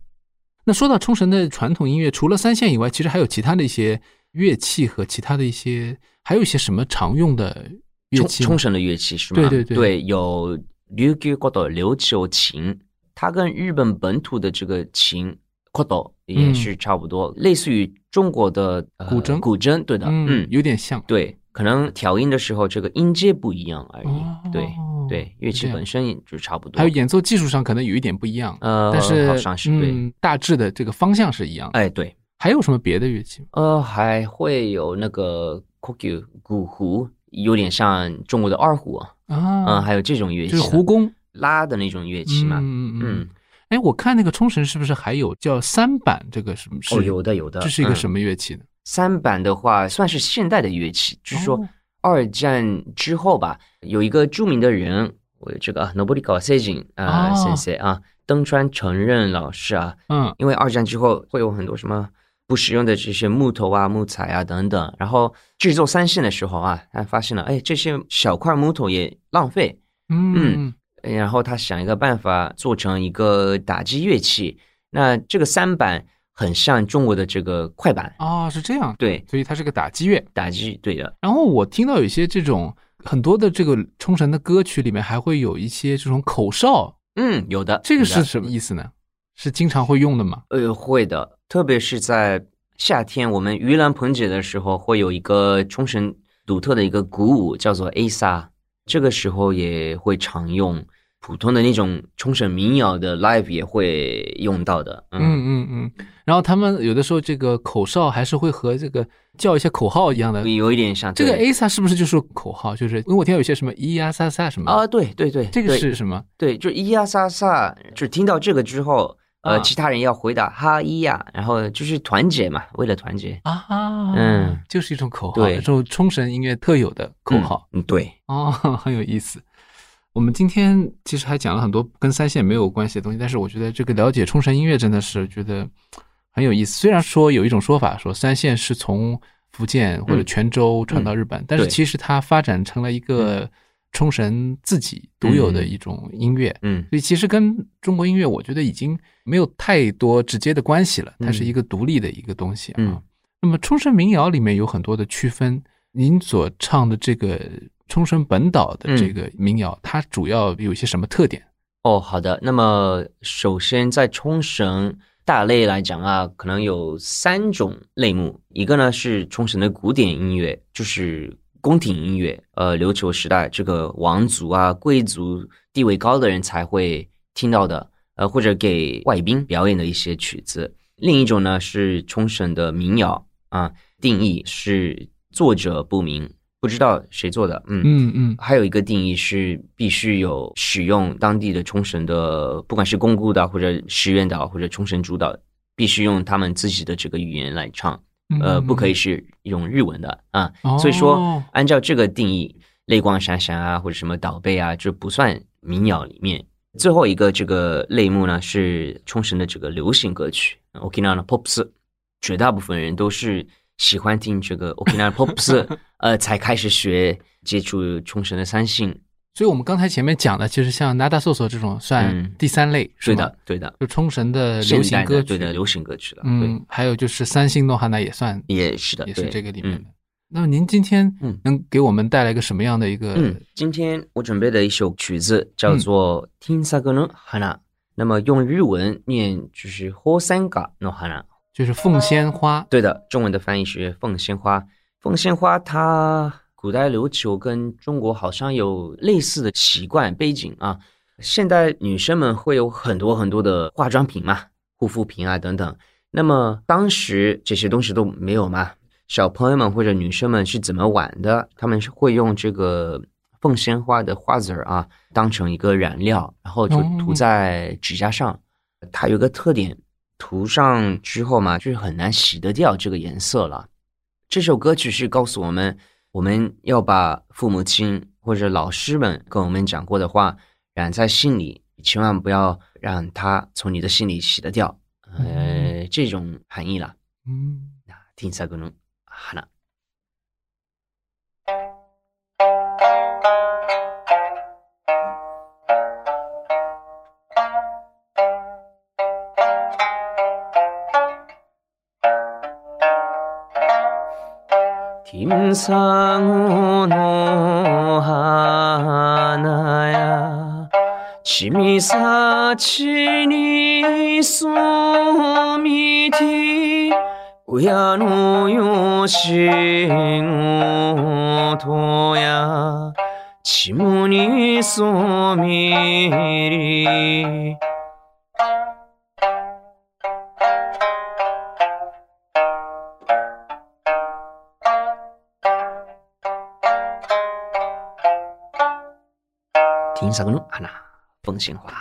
Speaker 3: 那说到冲绳的传统音乐，除了三线以外，其实还有其他的一些乐器和其他的一些，还有一些什么常用的乐
Speaker 4: 冲
Speaker 3: 器吗
Speaker 4: 冲绳的乐器是吗？
Speaker 3: 对对对
Speaker 4: 有琉球国的琉球琴，它跟日本本土的这个琴国斗也是差不多，类似于中国的、呃
Speaker 3: 嗯古筝
Speaker 4: 古筝，对的，
Speaker 3: 嗯，有点像。
Speaker 4: 对，可能调音的时候这个音阶不一样而已。
Speaker 3: 哦
Speaker 4: 对对，乐器本。
Speaker 3: 是
Speaker 4: 身也就差不
Speaker 3: 这样
Speaker 4: 多。
Speaker 3: 还有演奏技术上可能有一点不一样，
Speaker 4: 呃，
Speaker 3: 但是
Speaker 4: 好像是对，
Speaker 3: 嗯，大致的这个方向是一样的。
Speaker 4: 哎对，
Speaker 3: 还有什么别的乐器吗？
Speaker 4: 呃，还会有那个 c o q u 古胡，有点像中国的二胡啊，嗯、
Speaker 3: 啊，
Speaker 4: 还有这种乐器
Speaker 3: 就
Speaker 4: 呢，
Speaker 3: 是胡弓，
Speaker 4: 拉的那种乐器嘛。
Speaker 3: 嗯嗯嗯
Speaker 4: 嗯。，
Speaker 3: 哎，我看那个冲绳是不是还有叫三板这个什么？是
Speaker 4: 哦，有的有的，
Speaker 3: 这是一个什
Speaker 4: 么？
Speaker 3: 么乐器呢？
Speaker 4: 三板的话算是现代的乐器，据说
Speaker 3: 哦
Speaker 4: 二战之后吧，有一个著名的人，我这个 Nobody g o s e j i n 啊
Speaker 3: 哦
Speaker 4: 先生啊，登川承认老师啊，
Speaker 3: 嗯，
Speaker 4: 因为二战之后会有很多什么不实用的这些木头啊、木材啊等等，然后制作三线的时候啊，他发现了，哎，这些小块木头也浪费，
Speaker 3: 嗯
Speaker 4: 嗯，然后他想一个办法做成一个打击乐器。那这个三板很像中国的这个快板，
Speaker 3: 哦，是这样，
Speaker 4: 对，
Speaker 3: 所以它是个打击乐。
Speaker 4: 打击对的，
Speaker 3: 然后我听到有些这种很多的这个冲绳的歌曲里面还会有一些这种口哨，
Speaker 4: 嗯，有的，
Speaker 3: 这个
Speaker 4: 有的
Speaker 3: 是什么意思呢？是经常会用的吗？
Speaker 4: 呃会的，特别是在夏天我们盂兰盆节的时候，会有一个冲绳独特的一个鼓舞，叫做 A 萨，这个时候也会常用。普通的那种冲绳民谣的 live 也会用到的，嗯，
Speaker 3: 嗯嗯嗯。然后他们有的时候这个口哨还是会和这个叫一些口号一样的。
Speaker 4: 有一点像
Speaker 3: 嗯这个
Speaker 4: 对
Speaker 3: A 萨是不是就是口号？就是因为我听到有些什么 E 咿呀撒撒什么
Speaker 4: 啊，，对对对，
Speaker 3: 这个
Speaker 4: 对
Speaker 3: 是什么？
Speaker 4: 对，就咿呀撒撒，就听到这个之后，呃，
Speaker 3: 啊
Speaker 4: 其他人要回答哈咿呀，然后就是团结嘛，为了团结。
Speaker 3: 啊，
Speaker 4: 嗯，
Speaker 3: 就是一种口号，
Speaker 4: 对
Speaker 3: 这种冲绳音乐特有的口号。
Speaker 4: 嗯，对，
Speaker 3: 哦， 很有意思。我们今天其实还讲了很多跟三线没有关系的东西，但是我觉得这个了解冲绳音乐真的是觉得很有意思。虽然说有一种说法说三线是从福建或者
Speaker 4: 嗯
Speaker 3: 泉州传到日本，但是
Speaker 4: 对
Speaker 3: 其实它发展成了一个冲绳自己独有的一种音乐，
Speaker 4: 嗯
Speaker 3: 所以其实跟中国音乐我觉得已经没有太多直接的关系了，它是一个独立的一个东西啊。
Speaker 4: 嗯
Speaker 3: 那么冲绳民谣里面有很多的区分，您所唱的这个冲绳本岛的
Speaker 4: 嗯
Speaker 3: 这个民谣，它主要有一些什么特点？
Speaker 4: 哦，好的。那么首先在冲绳大类来讲啊，可能有三种类目，一个呢是冲绳的古典音乐，就是宫廷音乐，呃，琉球时代这个王族啊、贵族地位高的人才会听到的，呃，或者给外宾表演的一些曲子。另一种呢是冲绳的民谣啊，定义是作者不明，不知道谁做的，嗯
Speaker 3: 嗯嗯
Speaker 4: 还有一个定义是必须有使用当地的冲绳的，不管是宫古岛或者石垣岛或者冲绳诸岛，必须用他们自己的这个语言来唱，
Speaker 3: 嗯
Speaker 4: 呃，不可以
Speaker 3: 嗯
Speaker 4: 是用日文的啊。
Speaker 3: 哦
Speaker 4: 所以说，按照这个定义，泪光闪闪啊，或者什么岛贝啊，就不算民谣里面。最后一个这个类目呢是冲绳的这个流行歌曲，Okinawa Pops，绝大部分人都是喜欢听这个 Okinawa Pops，呃， 才开始学接触冲绳的三性。
Speaker 3: 所以我们刚才前面讲的，其实像 Nada So So 这种算
Speaker 4: 嗯
Speaker 3: 第三类，是
Speaker 4: 对
Speaker 3: 吗
Speaker 4: 的，，对的，
Speaker 3: 就冲绳的
Speaker 4: 现
Speaker 3: 流
Speaker 4: 代
Speaker 3: 行
Speaker 4: 的
Speaker 3: 歌曲，
Speaker 4: 对的，流行歌曲了，
Speaker 3: 嗯，还有就是三星诺哈娜也算，
Speaker 4: 对，也是的，
Speaker 3: 也是
Speaker 4: 对
Speaker 3: 这个里面
Speaker 4: 嗯
Speaker 3: 的。那么您今天
Speaker 4: 嗯
Speaker 3: 能给我们带来一个什么样的一个？
Speaker 4: 嗯，今天我准备的一首曲子叫做《听萨格诺哈娜》，那么用日文念就是“ホ三嘎诺哈娜
Speaker 3: 就是凤仙花”。，
Speaker 4: 对的，中文的翻译是“凤仙花”。凤仙花它古代琉球跟中国好像有类似的习惯背景啊。现代女生们会有很多很多的化妆品嘛，护肤品啊等等。那么当时这些东西都没有嘛，小朋友们或者女生们是怎么玩的？他们是会用这个凤仙花的花籽儿啊，当成一个染料，然后就涂在指甲上。它有一个特点，涂上之后嘛，就是很难洗得掉这个颜色了。这首歌曲是告诉我们，我们要把父母亲或者老师们跟我们讲过的话染在心里，千万不要让它从你的心里洗得掉。呃，这种含义啦。
Speaker 3: 嗯。
Speaker 4: 听萨格努哈娜。金サゴの君たちにそう見て親のよしごとや血もにそみり听上の花风信花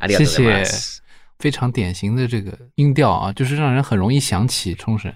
Speaker 4: ありがとうござい
Speaker 3: 谢
Speaker 4: ます。
Speaker 3: 谢非常典型的这个音调啊，就是让人很容易想起冲绳。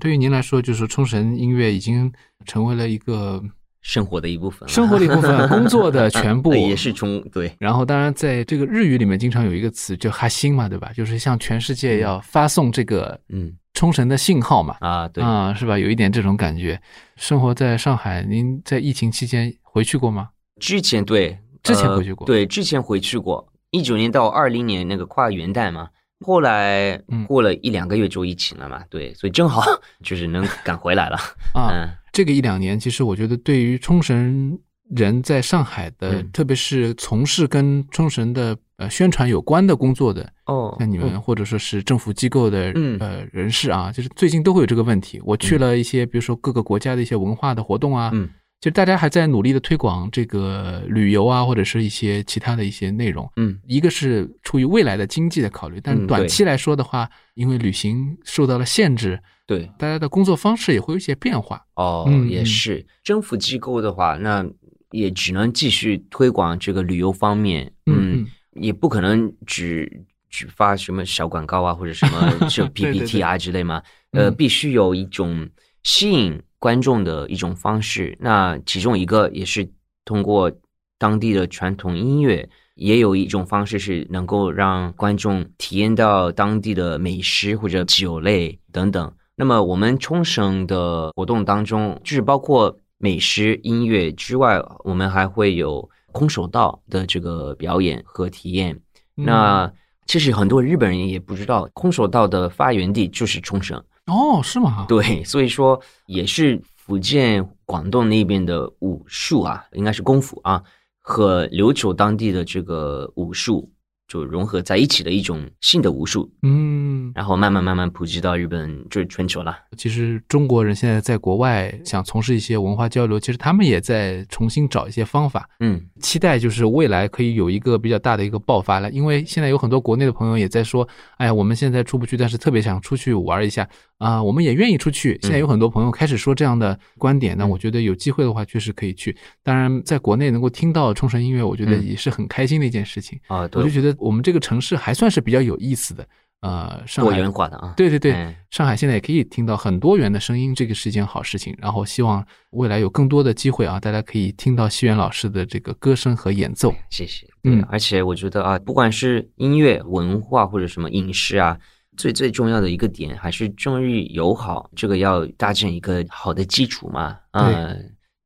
Speaker 3: 对于您来说，就是冲绳音乐已经成为了一个
Speaker 4: 生活的一部分了， 呃
Speaker 3: 生活的一部分工作的全部
Speaker 4: 也是冲对，
Speaker 3: 然后，当然，在这个日语里面，经常有一个词叫“哈星”嘛，对吧？就是向全世界要发送这个
Speaker 4: 嗯
Speaker 3: 冲绳的信号嘛，
Speaker 4: 啊对，
Speaker 3: 啊、是吧？有一点这种感觉。生活在上海，您在疫情期间回去过吗？
Speaker 4: 之前对
Speaker 3: 之前
Speaker 4: 呃
Speaker 3: 回去过
Speaker 4: 对之前回去过，一九年到二零年那个跨元旦嘛，后来
Speaker 3: 嗯
Speaker 4: 过了一两个月就疫情了嘛，对，所以正好 就是能赶回来了，
Speaker 3: 啊，
Speaker 4: 嗯
Speaker 3: 这个一两年，其实我觉得对于冲绳人在上海的，
Speaker 4: 嗯
Speaker 3: 特别是从事跟冲绳的呃宣传有关的工作的，
Speaker 4: 哦
Speaker 3: 像你们、或者说是政府机构的
Speaker 4: 嗯
Speaker 3: 呃人士啊，就是最近都会有这个问题。我去了一些，比如说各个国家的一些文化的活动啊，
Speaker 4: 嗯
Speaker 3: 就大家还在努力的推广这个旅游啊，或者是一些其他的一些内容。
Speaker 4: 嗯
Speaker 3: 一个是出于未来的经济的考虑，但
Speaker 4: 嗯
Speaker 3: 短
Speaker 4: 对
Speaker 3: 期来说的话，因为旅行受到了限制，
Speaker 4: 对
Speaker 3: 大家的工作方式也会有一些变化。
Speaker 4: 哦、
Speaker 3: 嗯
Speaker 4: 也
Speaker 3: 嗯
Speaker 4: 是政府机构的话，那也只能继续推广这个旅游方面，
Speaker 3: 嗯
Speaker 4: 也不可能只只发什么小广告啊，或者什 么这
Speaker 3: 对对
Speaker 4: PPT 啊之类嘛。呃，
Speaker 3: 嗯
Speaker 4: 必须有一种吸引观众的一种方式。那其中一个也是通过当地的传统音乐，也有一种方式是能够让观众体验到当地的美食或者酒类等等。那么我们冲绳的活动当中，就是包括美食、音乐之外，我们还会有空手道的这个表演和体验。
Speaker 3: 嗯
Speaker 4: 那其实很多日本人也不知道，空手道的发源地就是冲绳。
Speaker 3: 哦，是吗？
Speaker 4: 对，所以说也是福建、广东那边的武术啊，应该是功夫啊，和琉球当地的这个武术就融合在一起的一种新的武术，
Speaker 3: 嗯，
Speaker 4: 然后慢慢慢慢普及到日本，就是全球了。
Speaker 3: 其实中国人现在在国外想从事一些文化交流，其实他们也在重新找一些方法。
Speaker 4: 嗯
Speaker 3: 期待就是未来可以有一个比较大的一个爆发了，因为现在有很多国内的朋友也在说，哎呀，我们现在出不去，但是特别想出去玩一下啊、我们也愿意出去。现在有很多朋友开始说这样的观点，那
Speaker 4: 嗯
Speaker 3: 我觉得有机会的话，确实可以去。当然，在国内能够听到冲绳音乐，我觉得
Speaker 4: 嗯
Speaker 3: 也是很开心的一件事情。
Speaker 4: 啊，
Speaker 3: 我就
Speaker 4: 对，
Speaker 3: 觉得我们这个城市还算是比较有意思的，呃，上
Speaker 4: 多
Speaker 3: 海
Speaker 4: 元化的啊。
Speaker 3: 对对对，
Speaker 4: 哎
Speaker 3: 上海现在也可以听到很多元的声音，这个是一件好事情。然后希望未来有更多的机会啊，大家可以听到西元老师的这个歌声和演奏。
Speaker 4: 谢谢。对
Speaker 3: 嗯
Speaker 4: 而且我觉得啊，不管是音乐、文化或者什么影视啊，最最重要的一个点还是中日友好，这个要搭建一个好的基础嘛，呃，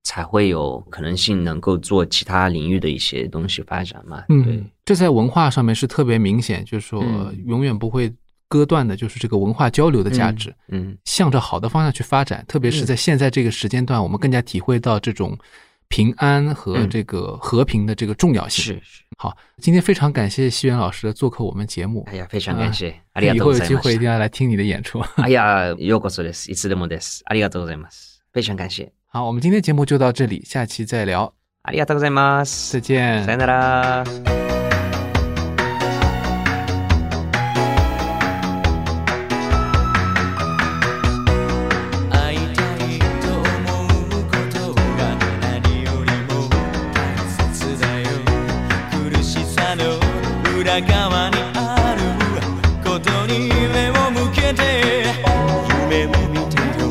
Speaker 4: 才会有可能性能够做其他领域的一些东西发展嘛。对
Speaker 3: 嗯，，这在文化上面是特别明显，就是说
Speaker 4: 嗯
Speaker 3: 永远不会割断的，就是这个文化交流的价值。
Speaker 4: 嗯
Speaker 3: 向着好的方向去发展，特别是在现在这个时间段，我们更加体会到这种平安和
Speaker 4: 嗯
Speaker 3: 这个和平的这个重要性。
Speaker 4: 是是，
Speaker 3: 好，今天非常感谢西元老师做客我们节目
Speaker 4: 哎，呀，非常
Speaker 3: 啊
Speaker 4: 感谢，ありが
Speaker 3: 以
Speaker 4: とう
Speaker 3: 后
Speaker 4: ご
Speaker 3: 有
Speaker 4: ざい
Speaker 3: 机
Speaker 4: ま
Speaker 3: 会一定
Speaker 4: した。
Speaker 3: 要来听你的演出。
Speaker 4: 哎呀，ようこそです。いつでもです。ありがとうございます。非常感谢，
Speaker 3: 好，我们今天节目就到这里，下期再聊，
Speaker 4: ありがとうございます。
Speaker 3: 再见。
Speaker 4: さよなら。
Speaker 6: 会いたいと思うことが何よりも大切だよ苦しさの裏側にあることに目を向けて夢を見てよ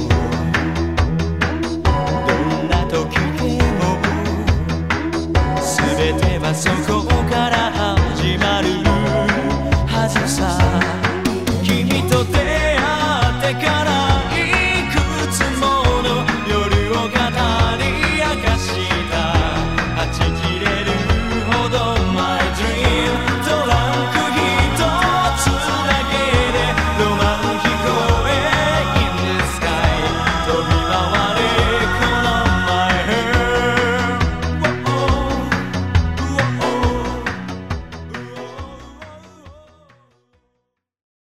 Speaker 6: どんな時でも全てはそこ